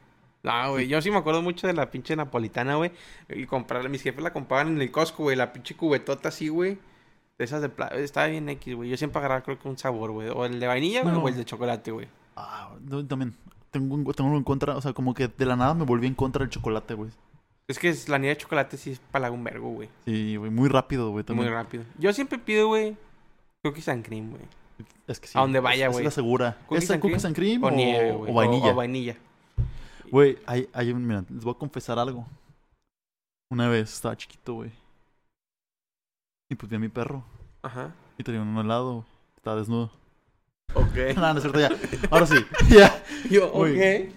Speaker 1: No, güey, yo sí me acuerdo mucho de la pinche napolitana, güey. Y comprarla, mis jefes la compraban en el Costco, güey, la pinche cubetota así, güey. De esas de pla- Estaba bien X, güey. Yo siempre agarraba, creo que un sabor, güey. O el de vainilla, güey,
Speaker 3: No.
Speaker 1: o el de chocolate, güey.
Speaker 3: Ah, no, también. Tengo, un- tengo uno en contra, o sea, como que de la nada me volví en contra del chocolate, güey.
Speaker 1: Es que es- la nieve de chocolate sí es para un vergo, güey.
Speaker 3: Sí, güey, muy rápido,
Speaker 1: Muy
Speaker 3: güey. También.
Speaker 1: rápido. Yo siempre pido, güey, cookies and cream, güey.
Speaker 3: Es que sí.
Speaker 1: A donde vaya,
Speaker 3: es-
Speaker 1: güey.
Speaker 3: Es la segura.
Speaker 1: ¿Cookies
Speaker 3: ¿Es el
Speaker 1: and
Speaker 3: cookies and cream
Speaker 1: O, nieve, güey.
Speaker 3: o vainilla?
Speaker 1: O, vainilla.
Speaker 3: Güey, hay, hay un- mira, les voy a confesar algo. Una vez estaba chiquito, güey. Y pues vi a mi perro.
Speaker 1: Ajá.
Speaker 3: Y traía uno al lado, güey. Estaba desnudo.
Speaker 1: Ok.
Speaker 3: Nada, no es cierto, ya. Ahora sí. Ya.
Speaker 1: Yo,
Speaker 3: Güey.
Speaker 1: ok.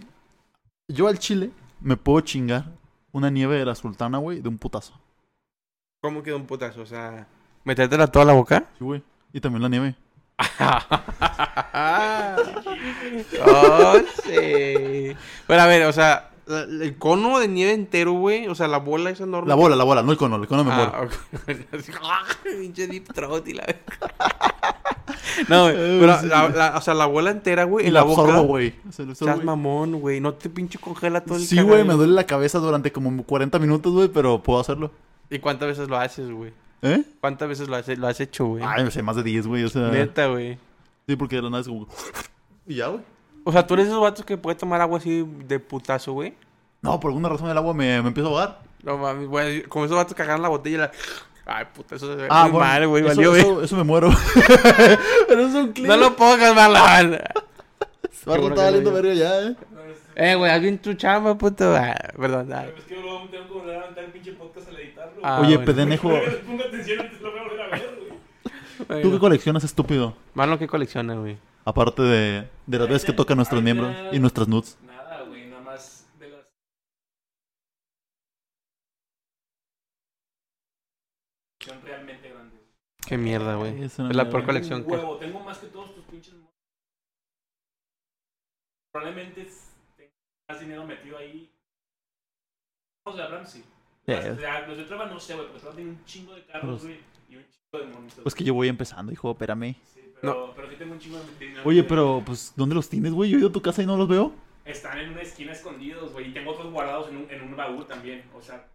Speaker 3: Yo al chile me puedo chingar una nieve de la sultana, güey, de un putazo.
Speaker 1: ¿Cómo quedó un putazo? O sea, ¿metértela toda la boca?
Speaker 3: Sí, güey. Y también la nieve.
Speaker 1: oh, sí. Bueno, a ver, o sea, la- la- el cono de nieve entero, güey. O sea, la bola es enorme.
Speaker 3: La bola, la bola, no el cono, el cono me muero.
Speaker 1: Ah, ok. ¡ah! Pinche deep throat y la... No, güey, pero
Speaker 3: Sí.
Speaker 1: la, la- o sea, la bola entera, güey,
Speaker 3: Y
Speaker 1: en
Speaker 3: la
Speaker 1: la boca.
Speaker 3: absorbo, güey. O sea, la absorbo,
Speaker 1: Seas
Speaker 3: güey.
Speaker 1: mamón, güey. No te pinche congela todo el
Speaker 3: Sí, güey, me
Speaker 1: cagadero.
Speaker 3: duele la cabeza durante como 40 minutos, güey, pero puedo hacerlo.
Speaker 1: ¿Y cuántas veces lo haces, güey?
Speaker 3: ¿Eh?
Speaker 1: ¿Cuántas veces lo, hace- lo has hecho, güey?
Speaker 3: Ay, no sé, más de 10, güey, o sea.
Speaker 1: Neta, güey.
Speaker 3: Sí, porque de la nada es como. Y ya, güey.
Speaker 1: O sea, tú eres de esos vatos que puede tomar agua así de putazo, güey.
Speaker 3: No, por alguna razón el agua me, me empieza a ahogar.
Speaker 1: No mames, güey. Como esos vatos que agarran la botella y la. Ay, puta, eso se ve
Speaker 3: Ah,
Speaker 1: muy
Speaker 3: bueno,
Speaker 1: mal, güey.
Speaker 3: eso-
Speaker 1: Valió, güey.
Speaker 3: eso, eso me muero. pero es un clip. Ah.
Speaker 1: No lo pongas, Marlon.
Speaker 3: Bardo
Speaker 1: bueno
Speaker 3: estaba
Speaker 1: que
Speaker 3: valiendo
Speaker 1: no
Speaker 3: verga ya, eh.
Speaker 1: eh, güey, haz bien tu chamba, puto. Ah, perdón. ah.
Speaker 2: Es que yo luego tengo que volver a levantar el pinche podcast al editarlo.
Speaker 1: Ah,
Speaker 3: Oye,
Speaker 1: bueno.
Speaker 3: pedenejo,
Speaker 2: Ponga- Ponga atención, antes lo voy a volver a ver, güey.
Speaker 3: ¿tú qué
Speaker 1: Bueno.
Speaker 3: coleccionas, estúpido?
Speaker 1: Marlon, ¿qué colecciona, güey?
Speaker 3: Aparte de, de las veces que tocan nuestros miembros y nuestras nudes.
Speaker 2: Nada, güey, nada más
Speaker 1: Qué mierda, güey.
Speaker 3: Es
Speaker 1: Es
Speaker 3: una
Speaker 1: la
Speaker 3: mierda.
Speaker 1: peor colección. que-
Speaker 2: Huevo, tengo más que todos tus pinches. mo- Probablemente es- tengas más dinero metido ahí. Los de Abraham sí. Las-
Speaker 3: Eh,
Speaker 2: la- los de Treva no sé, güey, porque Treva tiene un chingo de
Speaker 3: Pues-
Speaker 2: carros, güey, y un chingo de monitos.
Speaker 3: Pues que yo voy empezando, hijo, espérame.
Speaker 2: Sí, pero, pero sí tengo un chingo de dinero.
Speaker 3: Oye,
Speaker 2: güey.
Speaker 3: pero, pues, ¿dónde los tienes, güey? Yo he ido a tu casa y no los veo.
Speaker 2: Están en una esquina escondidos, güey, y tengo otros guardados en un, en un baúl también. O sea,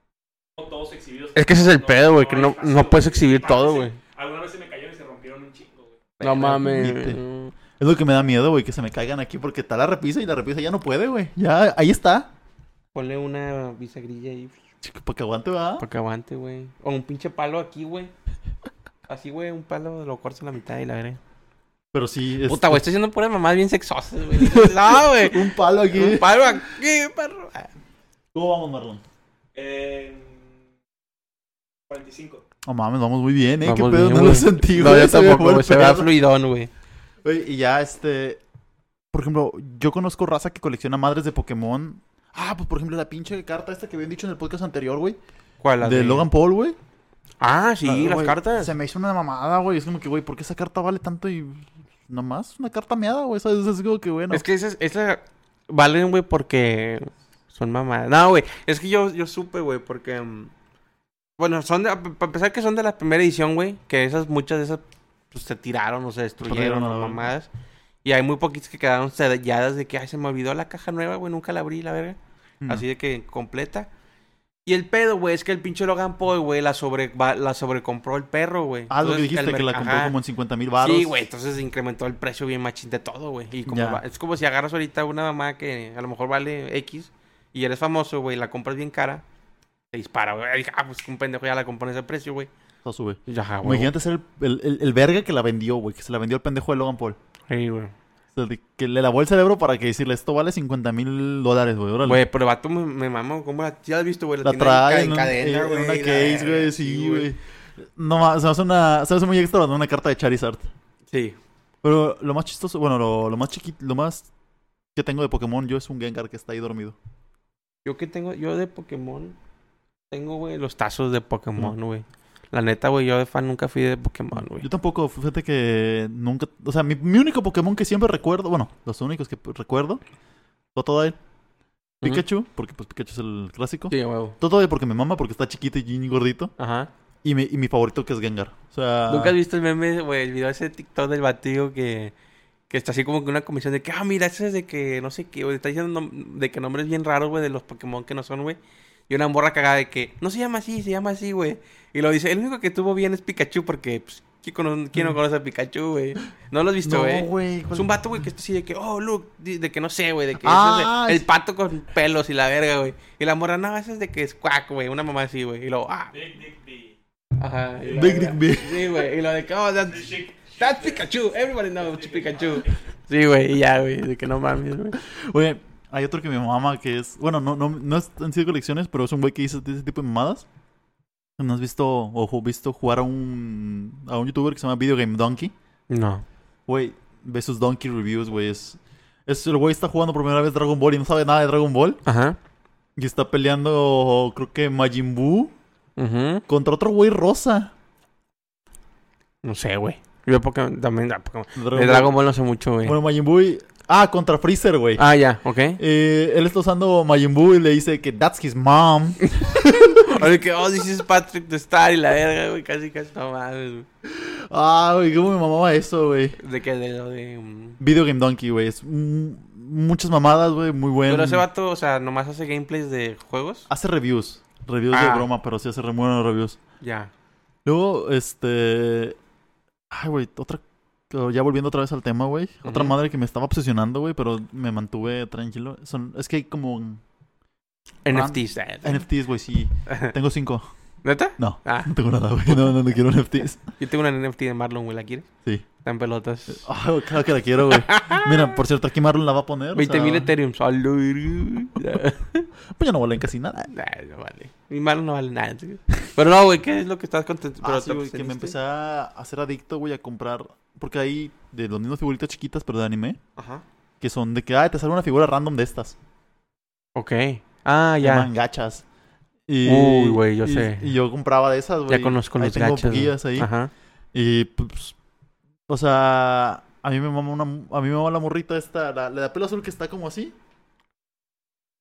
Speaker 2: no todos exhibidos.
Speaker 1: Es que ese es el pedo, güey, que
Speaker 2: hay
Speaker 1: no-
Speaker 2: espacio,
Speaker 1: no puedes
Speaker 2: güey.
Speaker 1: exhibir
Speaker 2: Aparte,
Speaker 1: todo,
Speaker 2: se-
Speaker 1: güey.
Speaker 2: Alguna vez se me cayeron y se rompieron un chingo, güey.
Speaker 1: No mames.
Speaker 3: Vete.
Speaker 1: no.
Speaker 3: Es lo que me da miedo, güey, que se me caigan aquí porque está la repisa y la repisa ya no puede, güey. Ya, ahí está.
Speaker 1: Ponle una bisagrilla ahí
Speaker 3: Chico, Para que aguante, va.
Speaker 1: para que aguante, güey. O un pinche palo aquí, güey. Así, güey, un palo lo corto a la mitad y la veré.
Speaker 3: Pero sí, es
Speaker 1: Puta, güey, estoy haciendo puras mamás bien sexosas, güey. No, güey.
Speaker 3: un palo Este- aquí. Eh,
Speaker 1: Un palo aquí, perro.
Speaker 3: ¿Cómo vamos, Marlon?
Speaker 2: Eh, 45.
Speaker 3: No mames, vamos muy bien, ¿eh?
Speaker 1: Vamos
Speaker 3: ¿Qué pedo?
Speaker 1: bien,
Speaker 3: no lo
Speaker 1: güey.
Speaker 3: sentí,
Speaker 1: No,
Speaker 3: güey.
Speaker 1: yo
Speaker 3: Se me
Speaker 1: tampoco,
Speaker 3: fue el
Speaker 1: güey. Se vea
Speaker 3: pedo.
Speaker 1: fluidón, güey.
Speaker 3: Güey, y ya, este... Por ejemplo, yo conozco raza que colecciona madres de Pokémon. Ah, pues, por ejemplo, la pinche carta esta que habían dicho en el podcast anterior, güey.
Speaker 1: ¿Cuál? la
Speaker 3: De Logan Paul, güey.
Speaker 1: Ah, sí,
Speaker 3: Ah,
Speaker 1: las
Speaker 3: güey,
Speaker 1: cartas.
Speaker 3: Se me hizo una mamada, güey. Es como que, güey, ¿por qué esa carta vale tanto y... Nomás una carta meada, güey. ¿Sabes? Es como que, bueno.
Speaker 1: Es que esas, esas valen, güey, porque son mamadas. No, güey, es que yo, yo supe, güey, porque... mm, bueno, son de, para empezar que son de la primera edición, güey, que esas, muchas de esas pues, se tiraron o se destruyeron
Speaker 3: Perdieron,
Speaker 1: o
Speaker 3: ¿no?
Speaker 1: mamadas. Y hay muy poquitas que quedaron selladas de que, ay, se me olvidó la caja nueva, güey, nunca la abrí, la verga.
Speaker 3: Mm.
Speaker 1: Así de que completa. Y el pedo, güey, es que el pinche Logan Paul, güey, la, sobre, va- la sobrecompró el perro, güey.
Speaker 3: Ah, lo que
Speaker 1: Entonces, el
Speaker 3: dijiste, que la
Speaker 1: merc-
Speaker 3: compró
Speaker 1: ajá.
Speaker 3: como en 50 mil baros.
Speaker 1: Sí, güey, entonces incrementó el precio bien machín de todo, güey. Y como
Speaker 3: Ya.
Speaker 1: va- es como si agarras ahorita una mamá que a lo mejor vale X y eres famoso, güey, la compras bien cara, te dispara, güey. Ay, Ah, pues un pendejo ya la compró en ese precio, güey.
Speaker 3: Todo sube.
Speaker 1: Y yo, ajá, güey.
Speaker 3: Imagínate ser el, el, el- el verga que la vendió, güey. Que se la vendió el pendejo de Logan Paul.
Speaker 1: Sí, güey.
Speaker 3: O sea, de que le lavó el cerebro para que decirle, esto vale 50 mil dólares, güey. órale".
Speaker 1: Güey, pero el vato me, me mamó, ¿cómo la ya has visto, güey?
Speaker 3: la
Speaker 1: tiene ahí
Speaker 3: trae
Speaker 1: en
Speaker 3: en, un-
Speaker 1: cadena,
Speaker 3: en
Speaker 1: güey,
Speaker 3: una
Speaker 1: la-
Speaker 3: case, güey. Sí, güey. No, ma- se me hace una... Se me hace muy extra ¿no? una carta de Charizard.
Speaker 1: Sí.
Speaker 3: Pero lo más chistoso... Bueno, lo, lo más chiquito... Lo más que tengo de Pokémon yo es un Gengar que está ahí dormido.
Speaker 1: Yo que tengo, yo de Pokémon, tengo, güey, los tazos de Pokémon, güey. La neta, güey, yo de fan nunca fui de Pokémon, güey.
Speaker 3: Yo tampoco, fíjate que nunca... O sea, mi, mi único Pokémon que siempre recuerdo... Bueno, los únicos que recuerdo... Totodile.
Speaker 1: Ujú.
Speaker 3: Pikachu, porque pues Pikachu es el clásico.
Speaker 1: Sí, güey.
Speaker 3: Totodile porque me mama, porque está chiquito y bien gordito.
Speaker 1: Ajá.
Speaker 3: Y mi, y mi favorito que es Gengar. O sea...
Speaker 1: ¿Nunca has visto el meme, güey, el video ese de TikTok del batido que, que está así como que una comisión de que, ah, mira, ese es de que, no sé qué, güey, está diciendo nom- de que nombres bien raros, güey, de los Pokémon que no son, güey. Y una morra cagada de que, no se llama así, se llama así, güey. Y lo dice, el único que tuvo bien es Pikachu porque, pues, ¿quién, cono- quién no conoce a Pikachu, güey? No lo has visto, güey.
Speaker 3: No, güey.
Speaker 1: es
Speaker 3: ¿cuál-
Speaker 1: un vato, güey, que está así de que, oh, look, di- de que no sé, güey, de que
Speaker 3: Ah,
Speaker 1: ese es de-
Speaker 3: sí.
Speaker 1: el pato con pelos y la verga, güey. Y la morra, no, ese es de que es cuac, güey, una mamá así, gügüey. Y lo, ah,
Speaker 2: Dick, dick, dick.
Speaker 1: ajá. y la
Speaker 3: Dick,
Speaker 1: verga.
Speaker 3: dick, dick.
Speaker 1: Sí, güey, y lo de que, oh, that's-
Speaker 2: Shake,
Speaker 1: That's Pikachu. Everybody knows Pikachu. Sí, güey, y ya, güey. De que no mames, güey.
Speaker 3: Oye, hay otro que me mama que es. Bueno, no, no, no es en sí de colecciones, pero es un güey que dice ese tipo de mamadas. ¿No has visto o ju- visto jugar a un, a un youtuber que se llama Video Game Donkey?
Speaker 1: No.
Speaker 3: Güey, ve sus Donkey Reviews, güey. Es, es- el güey está jugando por primera vez Dragon Ball y no sabe nada de Dragon Ball.
Speaker 1: Ajá.
Speaker 3: Y está peleando, creo que Majin Buu
Speaker 1: Ujú.
Speaker 3: contra otro güey rosa.
Speaker 1: No sé, güey. Yo Pokémon, también ah, Pokémon.
Speaker 3: De
Speaker 1: De Dragon Ball no sé mucho, güey.
Speaker 3: Bueno, Majin Buu. y- Ah, contra Freezer, güey.
Speaker 1: Ah, ya, ok.
Speaker 3: Eh, él está usando Majin Buu y le dice que that's his mom.
Speaker 1: Oye, que, oh, this is Patrick the Star y la verga, güey. Casi, casi, no mames, güey.
Speaker 3: Ah, güey, cómo me mamaba eso, güey.
Speaker 1: De que de lo de. mm,
Speaker 3: Video Game Donkey, güey. Es mm, muchas mamadas, güey. Muy bueno.
Speaker 1: Pero ese vato, o sea, nomás hace gameplays de juegos.
Speaker 3: Hace reviews. Reviews de
Speaker 1: Ah.
Speaker 3: broma, pero sí hace re buenos reviews.
Speaker 1: Ya.
Speaker 3: Luego, este... Ay, güey, otra... oh, Ya volviendo otra vez al tema, güey. Otra
Speaker 1: Ujú.
Speaker 3: madre que me estaba obsesionando, güey, pero me mantuve tranquilo. Son... Es que hay como
Speaker 1: NFTs. eh.
Speaker 3: NFTs, güey, sí. Tengo cinco.
Speaker 1: ¿Neta?
Speaker 3: No,
Speaker 1: Ah,
Speaker 3: no tengo nada, güey. No, no, no quiero NFTs.
Speaker 1: yo tengo una NFT de Marlon, güey. ¿La quieres?
Speaker 3: Sí.
Speaker 1: Está en pelotas.
Speaker 3: Ah, güey, claro que la quiero, güey. Mira, por cierto, aquí Marlon la va a poner. o
Speaker 1: 20.000
Speaker 3: sea,
Speaker 1: Ethereum. Salud.
Speaker 3: Pues ya no valen casi nada.
Speaker 1: Nah, no vale. Mi malo no vale nada. tío. Pero no, güey, ¿qué es lo que estás contento?
Speaker 3: Ah,
Speaker 1: pero
Speaker 3: sí,
Speaker 1: te
Speaker 3: güey, que me empecé
Speaker 1: absteniste?
Speaker 3: a hacer adicto, güey, a comprar. Porque hay de los mismos figuritas chiquitas, pero de anime.
Speaker 1: Ajá.
Speaker 3: Que son de que, ah, te sale una figura random de estas.
Speaker 1: Ok. Ah,
Speaker 3: Se
Speaker 1: ya.
Speaker 3: llaman gachas. Y,
Speaker 1: Uy, güey, yo
Speaker 3: y-
Speaker 1: sé.
Speaker 3: Y yo compraba de esas, güey.
Speaker 1: Ya conozco
Speaker 3: Ahí
Speaker 1: los
Speaker 3: tengo
Speaker 1: gachas. güey.
Speaker 3: poquillas ahí.
Speaker 1: Ajá.
Speaker 3: Y pues, o sea, a mí me mama una, a mí me mama la morrita esta, la, la de pelo azul que está como así.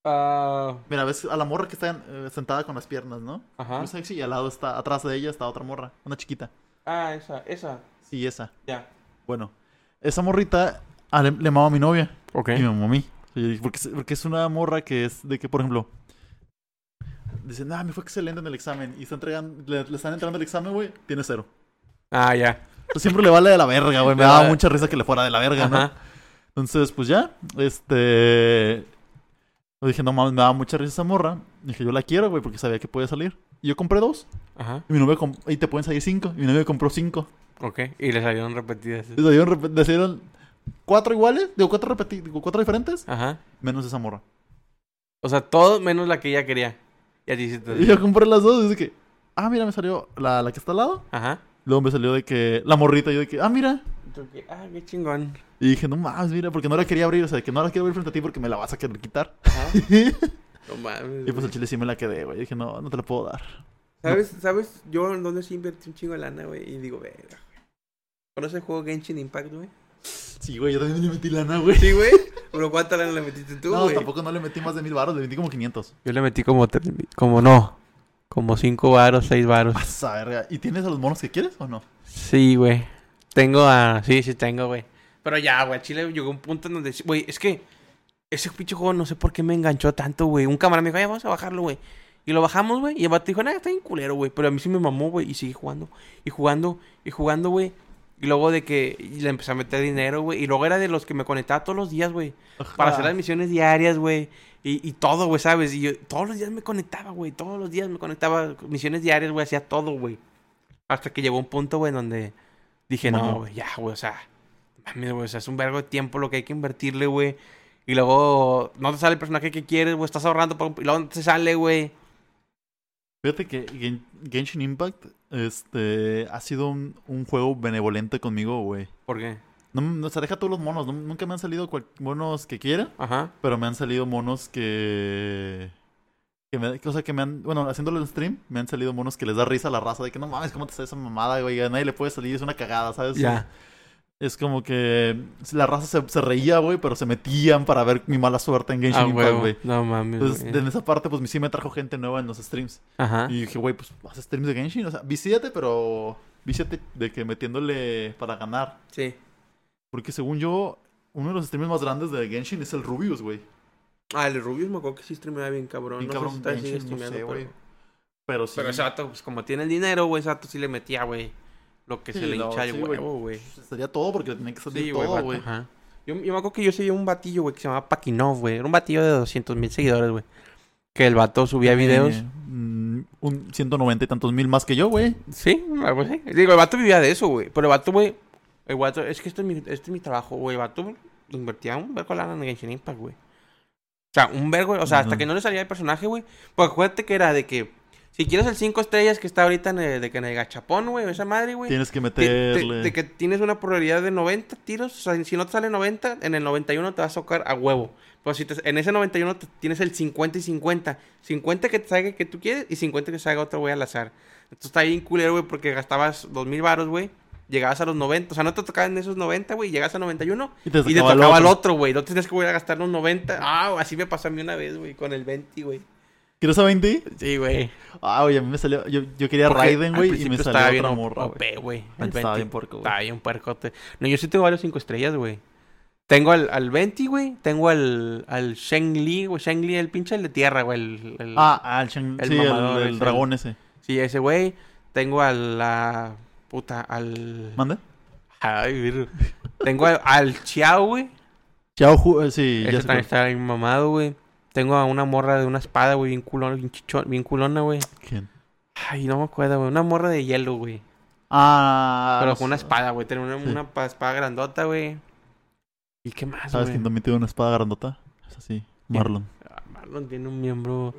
Speaker 1: Ah,
Speaker 3: Mira, ves a la morra que está eh, sentada con las piernas, ¿no?
Speaker 1: ajá.
Speaker 3: Muy sexy y al lado está, atrás de ella está otra morra, una chiquita.
Speaker 1: Ah, esa, esa.
Speaker 3: Sí, esa.
Speaker 1: Ya.
Speaker 3: Bueno, esa morrita ah, le, le mama a mi novia.
Speaker 1: Ok.
Speaker 3: Y me mamó a mí. Y yo dije, Porque, es- porque es una morra que es de que, por ejemplo, dicen, ah, me fue excelente en el examen. Y está entregando, le, le están entrando el examen, güey, tiene cero.
Speaker 1: Ah, ya.
Speaker 3: Entonces, siempre le vale de la verga, güey. Me
Speaker 1: Le
Speaker 3: daba
Speaker 1: vale.
Speaker 3: mucha risa que le fuera de la verga, ¿no?
Speaker 1: Ajá.
Speaker 3: Entonces, pues ya, este. Yo dije, no mames, me daba mucha risa esa morra. Dije, yo la quiero, güey, porque sabía que podía salir. Y yo compré dos.
Speaker 1: Ajá.
Speaker 3: Y mi novia comp- y te pueden salir cinco. Y mi novia compró cinco.
Speaker 1: Ok. Y le salieron repetidas.
Speaker 3: Y salieron rep- decidieron cuatro iguales, digo, cuatro repeti- digo, cuatro diferentes,
Speaker 1: Ajá.
Speaker 3: menos esa morra.
Speaker 1: O sea, todo menos la que ella quería. Y a ti sí te
Speaker 3: Y yo compré las dos y dije, ah, mira, me salió la, la que está al lado.
Speaker 1: Ajá.
Speaker 3: Luego me salió de que la morrita. Y yo de que, ah, mira.
Speaker 1: Tú que, Ah, qué chingón.
Speaker 3: Y dije, no mames, mira, porque no la quería abrir. O sea, de que no la quiero abrir frente a ti porque me la vas a querer quitar.
Speaker 1: Ajá. No mames.
Speaker 3: Y pues
Speaker 1: güey.
Speaker 3: el chile sí me la quedé, güey. Dije, no, no te la puedo dar.
Speaker 1: ¿Sabes, ¿Sabes? Yo en donde sí invertí un chingo de lana, güey. Y digo, verga. ¿Conoces el juego Genshin Impact, güey?
Speaker 3: Sí, güey, yo también le metí lana, güey.
Speaker 1: Sí, güey. Pero ¿cuánta lana le metiste tú,
Speaker 3: No,
Speaker 1: güey?
Speaker 3: tampoco no le metí más de mil baros, le metí como 500.
Speaker 1: Yo le metí como, tres mil- como no. Como cinco varos, seis varos.
Speaker 3: Pasa, verga. ¿Y tienes a los monos que quieres o no?
Speaker 1: Sí, güey. Tengo a... Sí, sí tengo, güey. Pero ya, güey. a Chile llegó un punto en donde... sí- Güey, es que... Ese pinche juego no sé por qué me enganchó tanto, güey. Un camarada me dijo, ay, vamos a bajarlo, güey. Y lo bajamos, güey. Y el vato dijo, nada, está bien culero, güey. Pero a mí sí me mamó, güey. Y seguí jugando. Y jugando. Y jugando, güey. Y luego de que y le empecé a meter dinero, güey. Y luego era de los que me conectaba todos los días, güey.
Speaker 3: Ah.
Speaker 1: Para hacer las misiones diarias, güey. Y, y todo, güey, ¿sabes? Y yo todos los días me conectaba, güey. Todos los días me conectaba. Misiones diarias, güey. Hacía todo, güey. Hasta que llegó un punto, güey, en donde dije,
Speaker 3: Mamá.
Speaker 1: no, güey, ya, güey. O sea, mames, güey. O sea, es un vergo de tiempo lo que hay que invertirle, güey. Y luego no te sale el personaje que quieres, güey. Estás ahorrando para un... Y luego no te sale, güey.
Speaker 3: Fíjate que Gen- Genshin Impact este, ha sido un, un juego benevolente conmigo, güey.
Speaker 1: ¿Por qué?
Speaker 3: No, no, o sea, deja todos los monos. no- nunca me han salido cual- monos que quiera,
Speaker 1: Ajá.
Speaker 3: pero me han salido monos que... que me, o sea, que me han... Bueno, haciéndolo en stream, me han salido monos que les da risa a la raza. De que, no mames, ¿cómo te sale esa mamada, güey? A nadie le puede salir, es una cagada, ¿sabes? Es como que la raza se, se reía, güey, pero se metían para ver mi mala suerte en Genshin
Speaker 1: Ah,
Speaker 3: Impact,
Speaker 1: güey.
Speaker 3: güey.
Speaker 1: No mames,
Speaker 3: Entonces,
Speaker 1: güey.
Speaker 3: en esa parte, pues sí me trajo gente nueva en los streams.
Speaker 1: Ajá.
Speaker 3: Y dije, güey, pues haz streams de Genshin. O sea, visítate, pero visítate de que metiéndole para ganar.
Speaker 1: Sí.
Speaker 3: Porque según yo, uno de los streams más grandes de Genshin es el Rubius, güey.
Speaker 1: Ah, el Rubius me acuerdo que sí streameaba bien cabrón.
Speaker 3: Bien
Speaker 1: no
Speaker 3: cabrón
Speaker 1: sé si todavía sigue
Speaker 3: Genshin, no
Speaker 1: streameando,
Speaker 3: sé,
Speaker 1: pero-
Speaker 3: güey. Pero sí.
Speaker 1: Pero ese vato, pues como tiene el dinero, güey, ese vato sí le metía, güey. Lo que
Speaker 3: Sí,
Speaker 1: se le
Speaker 3: lo-
Speaker 1: hincha el
Speaker 3: sí, güey.
Speaker 1: huevo, güey.
Speaker 3: pues, Sería todo porque tiene que salir
Speaker 1: Sí, güey,
Speaker 3: todo,
Speaker 1: vato,
Speaker 3: güey.
Speaker 1: ajá. Yo, yo me acuerdo que yo seguía un batillo, güey, que se llamaba Paquinov, güey. Era un batillo de 200 mil seguidores, güey. Que el vato subía videos.
Speaker 3: Eh, mm, un 190 y tantos mil más que yo, güey.
Speaker 1: Sí, algo así. Digo, el vato vivía de eso, güey. Pero el vato, güey. El vato, es que este es mi, este es mi trabajo, güey. El vato invertía un vergo de lana en Genshin Impact, güey. O sea, un vergo, o sea, hasta
Speaker 3: Ujú.
Speaker 1: que no le salía el personaje, güey. Porque acuérdate que era de que. Si quieres el 5 estrellas que está ahorita en el, de que en el gachapón, güey, esa madre, güey.
Speaker 3: Tienes que
Speaker 1: Ti- te-
Speaker 3: meterle.
Speaker 1: de que tienes una probabilidad de 90 tiros. O sea, si no te sale 90, en el 91 te vas a tocar a huevo. Pues si te- en ese 91 te- tienes el 50 y 50. 50 que te salga que tú quieres y 50 que te salga otro güey al azar. Entonces está bien culero, güey, porque gastabas 2000 baros, güey. Llegabas a los 90, o sea, no te tocaban esos 90, güey, llegabas a 91
Speaker 3: Y te
Speaker 1: y te
Speaker 3: tocaba el
Speaker 1: tocaba al
Speaker 3: otro.
Speaker 1: otro, güey. No tenías que volver a gastar los 90. Ah, así me pasó a mí una vez, güey, con el 20, güey.
Speaker 3: ¿Quieres a 20?
Speaker 1: Sí, güey.
Speaker 3: Ah, güey, a mí me salió. Yo, yo quería
Speaker 1: Porque
Speaker 3: Raiden,
Speaker 1: al
Speaker 3: güey, y
Speaker 1: principio
Speaker 3: me salió
Speaker 1: estaba
Speaker 3: otra
Speaker 1: bien
Speaker 3: morra, güey.
Speaker 1: OP, güey.
Speaker 3: Ah,
Speaker 1: El
Speaker 3: Estaba
Speaker 1: 20.
Speaker 3: bien puerco, güey.
Speaker 1: Está bien puercote. No, yo sí tengo varios cinco estrellas, güey. Tengo al, al 20, güey. Tengo al, al Sheng Li, güey. Sheng Li, el pinche el de tierra, güey. El, el-
Speaker 3: Ah, ah, el, Shang-
Speaker 1: el
Speaker 3: sí, el-
Speaker 1: mamador
Speaker 3: el
Speaker 1: ese.
Speaker 3: dragón ese.
Speaker 1: Sí, ese güey. Tengo a la... Puta, al...
Speaker 3: ¿Mande?
Speaker 1: Ay, vir- Tengo al, al Chiao, güey.
Speaker 3: Chao, Ju- eh, sí, ya
Speaker 1: Ese también
Speaker 3: sé cuál.
Speaker 1: está bien mamado, güey. Tengo a una morra de una espada, güey. Bien culona, bien, chichón- bien culona, güey.
Speaker 3: ¿Quién?
Speaker 1: Ay, no me acuerdo, güey. Una morra de hielo, güey.
Speaker 3: Ah.
Speaker 1: Pero
Speaker 3: no
Speaker 1: con una
Speaker 3: sé.
Speaker 1: espada, güey. Tenía una,
Speaker 3: Sí.
Speaker 1: una pa- espada grandota, güey. ¿Y qué más,
Speaker 3: ah, ¿Sabes
Speaker 1: güey?
Speaker 3: quién también tiene una espada grandota? Es así, Marlon.
Speaker 1: Ah, Marlon tiene un miembro.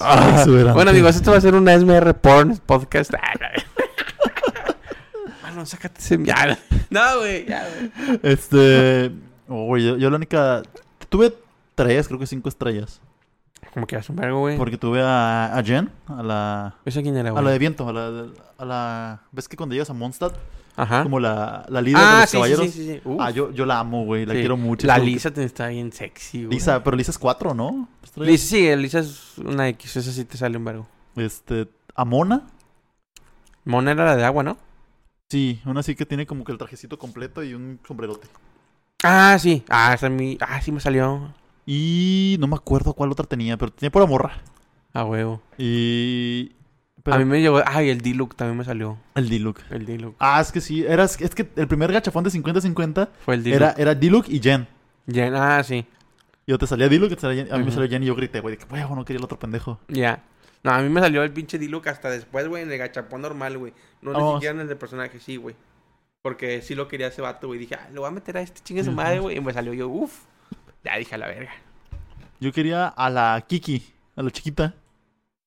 Speaker 3: Ah, exuberante.
Speaker 1: Bueno, amigos, esto va a ser una SMR Porn podcast. Ah, la- Marlon, sácate ese miembro. No, güey. Ya, güey.
Speaker 3: Este. oh, güey, yo, yo la única. Tuve tres, creo que cinco estrellas.
Speaker 1: Como que hace un vergo, güey.
Speaker 3: Porque tuve a, a Jen, a la,
Speaker 1: ¿Esa quién era,
Speaker 3: a la
Speaker 1: güey?
Speaker 3: de viento, a la, a la... ¿Ves que cuando llegas a Mondstadt,
Speaker 1: Ajá.
Speaker 3: como la, la líder de
Speaker 1: Ah,
Speaker 3: los
Speaker 1: sí, sí,
Speaker 3: caballeros?
Speaker 1: sí, sí, sí. Uf,
Speaker 3: Ah, yo, yo la amo, güey, la
Speaker 1: sí.
Speaker 3: quiero mucho.
Speaker 1: La
Speaker 3: Es como que-
Speaker 1: Lisa te- está bien sexy, güey.
Speaker 3: Lisa, pero Lisa es cuatro, ¿no? Pues
Speaker 1: Lisa, sí, Lisa es una X, esa sí te sale un vergo.
Speaker 3: Este, Amona.
Speaker 1: Mona era la de agua, ¿no?
Speaker 3: Sí, una sí que tiene como que el trajecito completo y un sombrerote.
Speaker 1: Ah, sí. Ah, esa mi... ah sí me salió.
Speaker 3: Y no me acuerdo cuál otra tenía, pero tenía pura morra.
Speaker 1: A huevo.
Speaker 3: Y... Pero
Speaker 1: A mí me llegó. Ay, el D-Look también me salió.
Speaker 3: el Diluc.
Speaker 1: El D-Look.
Speaker 3: Ah, es que sí, era, es que el primer gachafón de 50-50
Speaker 1: Fue el D-Look.
Speaker 3: era, era Diluc y Jen.
Speaker 1: Ya- Ah, sí.
Speaker 3: Yo te salía Diluc, y te salía Jen- a mí me
Speaker 1: Ujú.
Speaker 3: salió Jen y yo grité, güey, de que huevo, no quería el otro pendejo.
Speaker 1: Ya. No, a mí me salió el pinche D-Look hasta después, güey, en el gachapón normal, güey. No
Speaker 3: Vamos.
Speaker 1: ni siquiera en el de personaje, sí, güey. Porque sí lo quería ese vato, güey. Dije, ah, lo voy a meter a este chingue su madre, güey. Y me salió yo, uff. Ya dije a la verga.
Speaker 3: Yo quería a la Kiki, a la chiquita,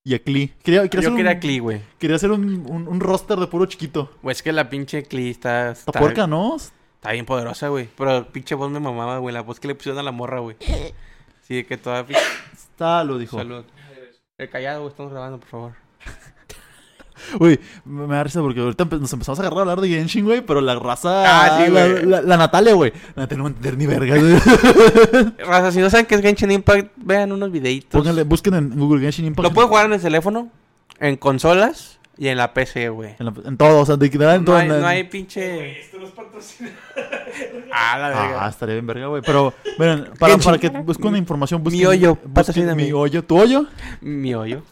Speaker 3: y a Klee. Quería, quería
Speaker 1: Yo
Speaker 3: hacer,
Speaker 1: quería
Speaker 3: un,
Speaker 1: Klee, güey.
Speaker 3: quería hacer un, un- un roster de puro chiquito.
Speaker 1: Güey, es que la pinche Klee está.
Speaker 3: Está
Speaker 1: Está,
Speaker 3: puerca, ¿no?
Speaker 1: está bien poderosa, güey. Pero pinche voz me mamaba, güey. La voz que le pusieron a la morra, güey. Sí, de que toda pinche.
Speaker 3: Está, lo dijo.
Speaker 1: Salud. Eh, callado, güey. Estamos grabando, por favor.
Speaker 3: Uy, me me da risa porque ahorita empe- nos empezamos a agarrar a hablar de Genshin, güey, pero la raza.
Speaker 1: Ah, sí,
Speaker 3: la,
Speaker 1: güey.
Speaker 3: la- la Natalia, güey. Natalia no va a entender ni verga, güey.
Speaker 1: Raza, si no saben qué es Genshin Impact, vean unos videitos.
Speaker 3: Pónganle, busquen en Google Genshin Impact.
Speaker 1: Lo puedes jugar en el teléfono, en consolas y en la PC, güey.
Speaker 3: En, la- en todo, o sea, de que nada, en
Speaker 1: No
Speaker 3: todo.
Speaker 1: hay,
Speaker 3: en-
Speaker 1: no hay
Speaker 2: Eh, Güey,
Speaker 1: pinche.
Speaker 2: esto no es patrocinado.
Speaker 1: Ah, la
Speaker 3: Ah,
Speaker 1: verga.
Speaker 3: estaría bien verga, güey. Pero, miren, para,
Speaker 1: Genshin.
Speaker 3: para que busquen información, busquen.
Speaker 1: Mi hoyo,
Speaker 3: busquen
Speaker 1: patrocíname.
Speaker 3: mi hoyo, tu hoyo.
Speaker 1: Mi hoyo.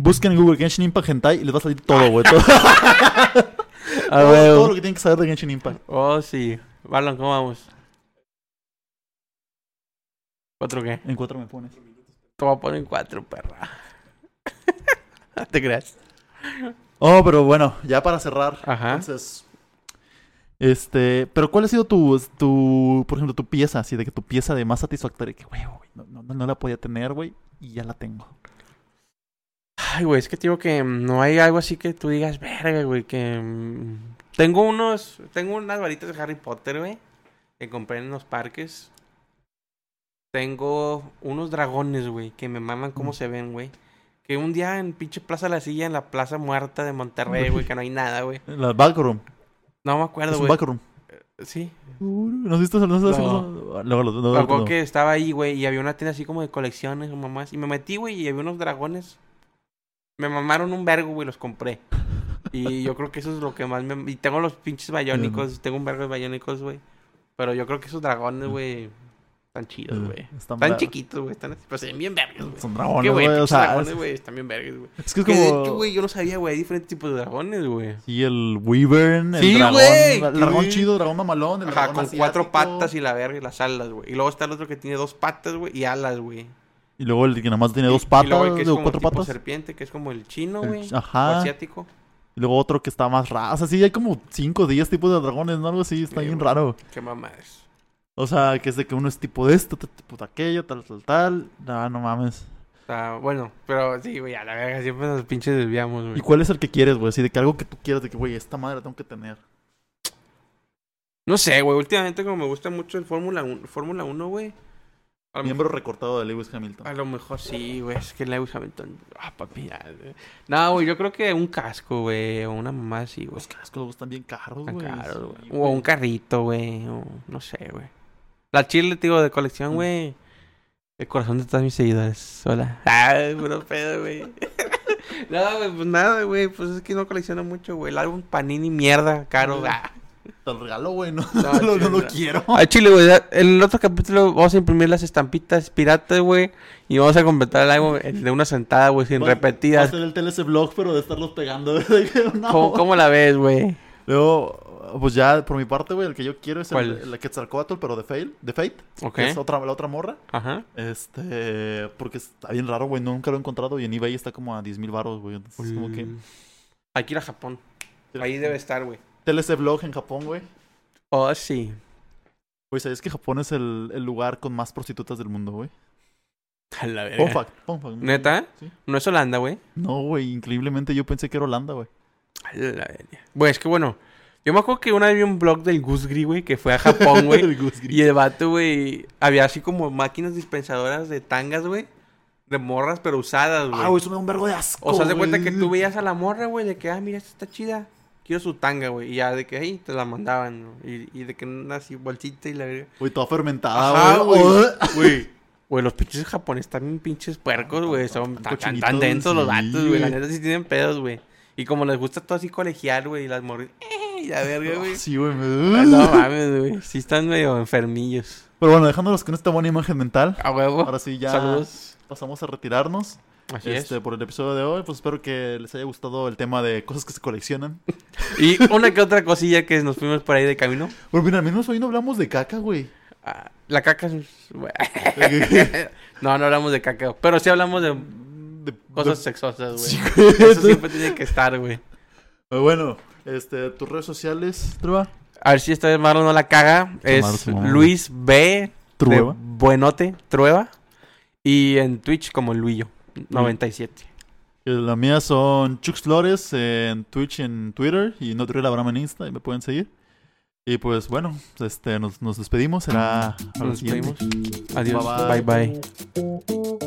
Speaker 3: Busquen en Google Genshin Impact Hentai y les va a salir todo, güey. Todo,
Speaker 1: A
Speaker 3: todo-
Speaker 1: huevo.
Speaker 3: todo lo que tienen que saber de Genshin Impact.
Speaker 1: Oh, sí. Balón, ¿cómo vamos? ¿Cuatro qué?
Speaker 3: En cuatro me pones.
Speaker 1: Te voy a poner cuatro, perra. No te creas.
Speaker 3: Oh, pero bueno, ya para cerrar.
Speaker 1: Ajá.
Speaker 3: Entonces. Este. Pero, ¿cuál ha sido tu, tu. Por ejemplo, tu pieza, así de que tu pieza de más satisfactoria? Que, güey, güey, no, no, no la podía tener, güey, y ya la tengo.
Speaker 1: Ay, güey, es que te digo que mm, no hay algo así que tú digas, verga, güey, que... mm, Tengo unos... Tengo unas varitas de Harry Potter, güey, que compré en los parques. Tengo unos dragones, güey, que me maman cómo
Speaker 3: Mm.
Speaker 1: se ven, güey. Que un día en pinche Plaza La Silla, en la Plaza Muerta de Monterrey, güey, que no hay nada, güey.
Speaker 3: La backroom.
Speaker 1: No me
Speaker 3: Es
Speaker 1: acuerdo,
Speaker 3: un
Speaker 1: güey.
Speaker 3: backroom.
Speaker 1: Sí.
Speaker 3: ¿Nos viste? ¿No sabes?
Speaker 1: No.
Speaker 3: No. Luego lo-
Speaker 1: Me
Speaker 3: luego lo-
Speaker 1: acuerdo
Speaker 3: no.
Speaker 1: que estaba ahí, güey, y había una tienda así como de colecciones o mamás. Y me metí, güey, y había unos dragones. Me mamaron un vergo, güey, los compré. Y yo creo que eso es lo que más me... Y tengo los pinches bayónicos,
Speaker 3: Mm.
Speaker 1: tengo un vergo de bayónicos, güey. Pero yo creo que esos dragones, güey, están chidos, güey.
Speaker 3: Mm. Están
Speaker 1: Están
Speaker 3: ver-
Speaker 1: chiquitos, güey, están así, pero se ven bien vergas, güey.
Speaker 3: Son
Speaker 1: Qué
Speaker 3: dragones,
Speaker 1: güey,
Speaker 3: güey. O
Speaker 1: pinches
Speaker 3: sea,
Speaker 1: dragones,
Speaker 3: es,
Speaker 1: güey, están bien vergas, güey.
Speaker 3: es que es
Speaker 1: Que de hecho,
Speaker 3: como.
Speaker 1: güey, yo no sabía, güey, hay diferentes tipos de dragones, güey.
Speaker 3: Sí, el Wyvern, el
Speaker 1: Sí,
Speaker 3: dragón.
Speaker 1: güey,
Speaker 3: El dragón
Speaker 1: sí.
Speaker 3: chido, dragón mamalón. El
Speaker 1: Ajá,
Speaker 3: dragón
Speaker 1: con cuatro
Speaker 3: asiático.
Speaker 1: patas y la verga y las alas, güey. Y luego está el otro que tiene dos patas, güey, y alas, güey.
Speaker 3: Y luego el que nada más tiene
Speaker 1: Y-
Speaker 3: dos
Speaker 1: Y
Speaker 3: patas,
Speaker 1: luego el que es
Speaker 3: digo,
Speaker 1: como
Speaker 3: cuatro
Speaker 1: tipo
Speaker 3: patas.
Speaker 1: serpiente, que es como el chino,
Speaker 3: El
Speaker 1: güey.
Speaker 3: ch-
Speaker 1: o
Speaker 3: Ajá.
Speaker 1: asiático.
Speaker 3: Y luego otro que está más raro. O sea, sí, hay como 5 o 10 tipos de dragones, ¿no? Algo así, está
Speaker 1: Sí,
Speaker 3: bien
Speaker 1: güey.
Speaker 3: raro.
Speaker 1: Qué mamadas.
Speaker 3: O sea, que es de que uno es tipo de esto, otro tipo de aquello, tal, tal, tal. No, no mames.
Speaker 1: O sea, bueno, pero sí, güey, a la verga siempre nos pinches desviamos,
Speaker 3: ¿Y
Speaker 1: güey.
Speaker 3: cuál es el que quieres, güey? Así de que algo que tú quieras, de que, güey, esta madre la tengo que tener.
Speaker 1: No sé, güey, últimamente como me gusta mucho el Fórmula 1, Fórmula 1, güey. A lo mejor-
Speaker 3: Miembro recortado de Lewis Hamilton.
Speaker 1: A lo mejor sí, güey. Es que Lewis Hamilton. Ah, papi. ya, güey. No, güey, yo creo que un casco, güey. O una mamá así, güey.
Speaker 3: Los cascos los están bien caros,
Speaker 1: Tan
Speaker 3: güey.
Speaker 1: caro, güey.
Speaker 3: Sí,
Speaker 1: O un carrito, güey. O no sé, güey. La chile, te digo, de colección,
Speaker 3: Mm.
Speaker 1: güey. El corazón de todos mis seguidores. Hola. Ay, puro pedo, güey. nada, güey, pues nada, güey. Pues es que no colecciono mucho, güey. El álbum Panini, mierda, caro.
Speaker 3: Mm.
Speaker 1: Ah.
Speaker 3: Te lo regalo, güey. No,
Speaker 1: No,
Speaker 3: no, lo- no lo
Speaker 1: chingada.
Speaker 3: quiero.
Speaker 1: Ay, chile, güey. ya- En el otro capítulo vamos a imprimir las estampitas piratas, güey. Y vamos a completar el álbum en- de una sentada, güey, sin
Speaker 3: Va- Va a
Speaker 1: repetidas.
Speaker 3: ser el TLC blog, pero de estarlos pegando. de que una
Speaker 1: ¿Cómo,
Speaker 3: hora.
Speaker 1: cómo la ves, güey?
Speaker 3: Luego, pues ya, por mi parte, güey, el que yo quiero es
Speaker 1: ¿Cuál?
Speaker 3: el, el Quetzalcoatl, pero de Fate. De Fate.
Speaker 1: Ok.
Speaker 3: que es otra, la otra morra.
Speaker 1: Ajá.
Speaker 3: Este, porque está bien raro, güey. Nunca lo he encontrado y en eBay está como a 10 mil baros, güey. Entonces, es como que.
Speaker 1: Mm. Hay que ir a Japón. Ahí debe estar, güey.
Speaker 3: TLC Blog en Japón, güey.
Speaker 1: Oh, sí.
Speaker 3: Güey, ¿sabías que Japón es el, el lugar con más prostitutas del mundo, güey?
Speaker 1: A la verga.
Speaker 3: Fun fact, fun fact.
Speaker 1: ¿Neta?
Speaker 3: Sí.
Speaker 1: No es Holanda, güey.
Speaker 3: No, güey, increíblemente yo pensé que era Holanda, güey.
Speaker 1: A la verga. Güey, es que bueno. Yo me acuerdo que una vez vi un blog del Gusgri, güey, que fue a Japón, güey.
Speaker 3: El Goose Green.
Speaker 1: y el vato, güey, había así como máquinas dispensadoras de tangas, güey. de morras, pero usadas, güey.
Speaker 3: Ah, güey, eso me da un vergo de asco.
Speaker 1: o sea, haz de cuenta
Speaker 3: güey.
Speaker 1: que tú veías a la morra, güey, de que, ah, mira, esta está chida. Quiero su tanga, güey. Y ya de que ahí te la mandaban, ¿no? y, y de que una así bolsita y la verga.
Speaker 3: Güey, toda
Speaker 1: Ajá,
Speaker 3: fermentada,
Speaker 1: güey.
Speaker 3: Ah, güey.
Speaker 1: Güey. Güey, los pinches japoneses están bien pinches puercos, güey. Son
Speaker 3: Tan
Speaker 1: tan, tan,
Speaker 3: cochinitos,
Speaker 1: densos los
Speaker 3: sí,
Speaker 1: vatos, güey. La
Speaker 3: güey.
Speaker 1: neta sí tienen pedos, güey. Y como les gusta todo así colegial, güey, y las morris. ¡Eh! y La verga, güey.
Speaker 3: Ah, Sí, güey. me-
Speaker 1: Ah, No mames, güey. Sí están medio enfermillos.
Speaker 3: Pero bueno, dejándolos con esta buena imagen mental.
Speaker 1: A huevo.
Speaker 3: Ahora sí, ya
Speaker 1: Saludos.
Speaker 3: pasamos a retirarnos
Speaker 1: Así
Speaker 3: este, por el episodio de hoy. Pues espero que les haya gustado el tema de cosas que se coleccionan.
Speaker 1: es. Y una que otra cosilla que nos fuimos por ahí de camino.
Speaker 3: Bueno, mira, al menos hoy no hablamos de caca, güey.
Speaker 1: Ah, la caca es... güey. No, no hablamos de caca. Pero sí hablamos de
Speaker 3: De-
Speaker 1: cosas
Speaker 3: de-
Speaker 1: sexosas, güey.
Speaker 3: Sí, güey.
Speaker 1: Eso siempre tiene que estar, güey.
Speaker 3: Pero bueno, este, tus redes sociales, Trueba.
Speaker 1: A ver si esta vez Maro no la caga.
Speaker 3: Maro
Speaker 1: Es
Speaker 3: se mamó, güey.
Speaker 1: Luis B.
Speaker 3: Trueba.
Speaker 1: de Buenote, Trueba. Y en Twitch como
Speaker 3: Mm.
Speaker 1: Luillo97.
Speaker 3: Y Las mías Eh, son Chux Flores en Twitch, en Twitter y no Twitter Abraham en Insta y me pueden seguir. Y pues bueno, este, nos, nos despedimos. Será a la
Speaker 1: Nos
Speaker 3: siguiente.
Speaker 1: vemos. Adiós.
Speaker 3: Bye,
Speaker 1: bye. bye.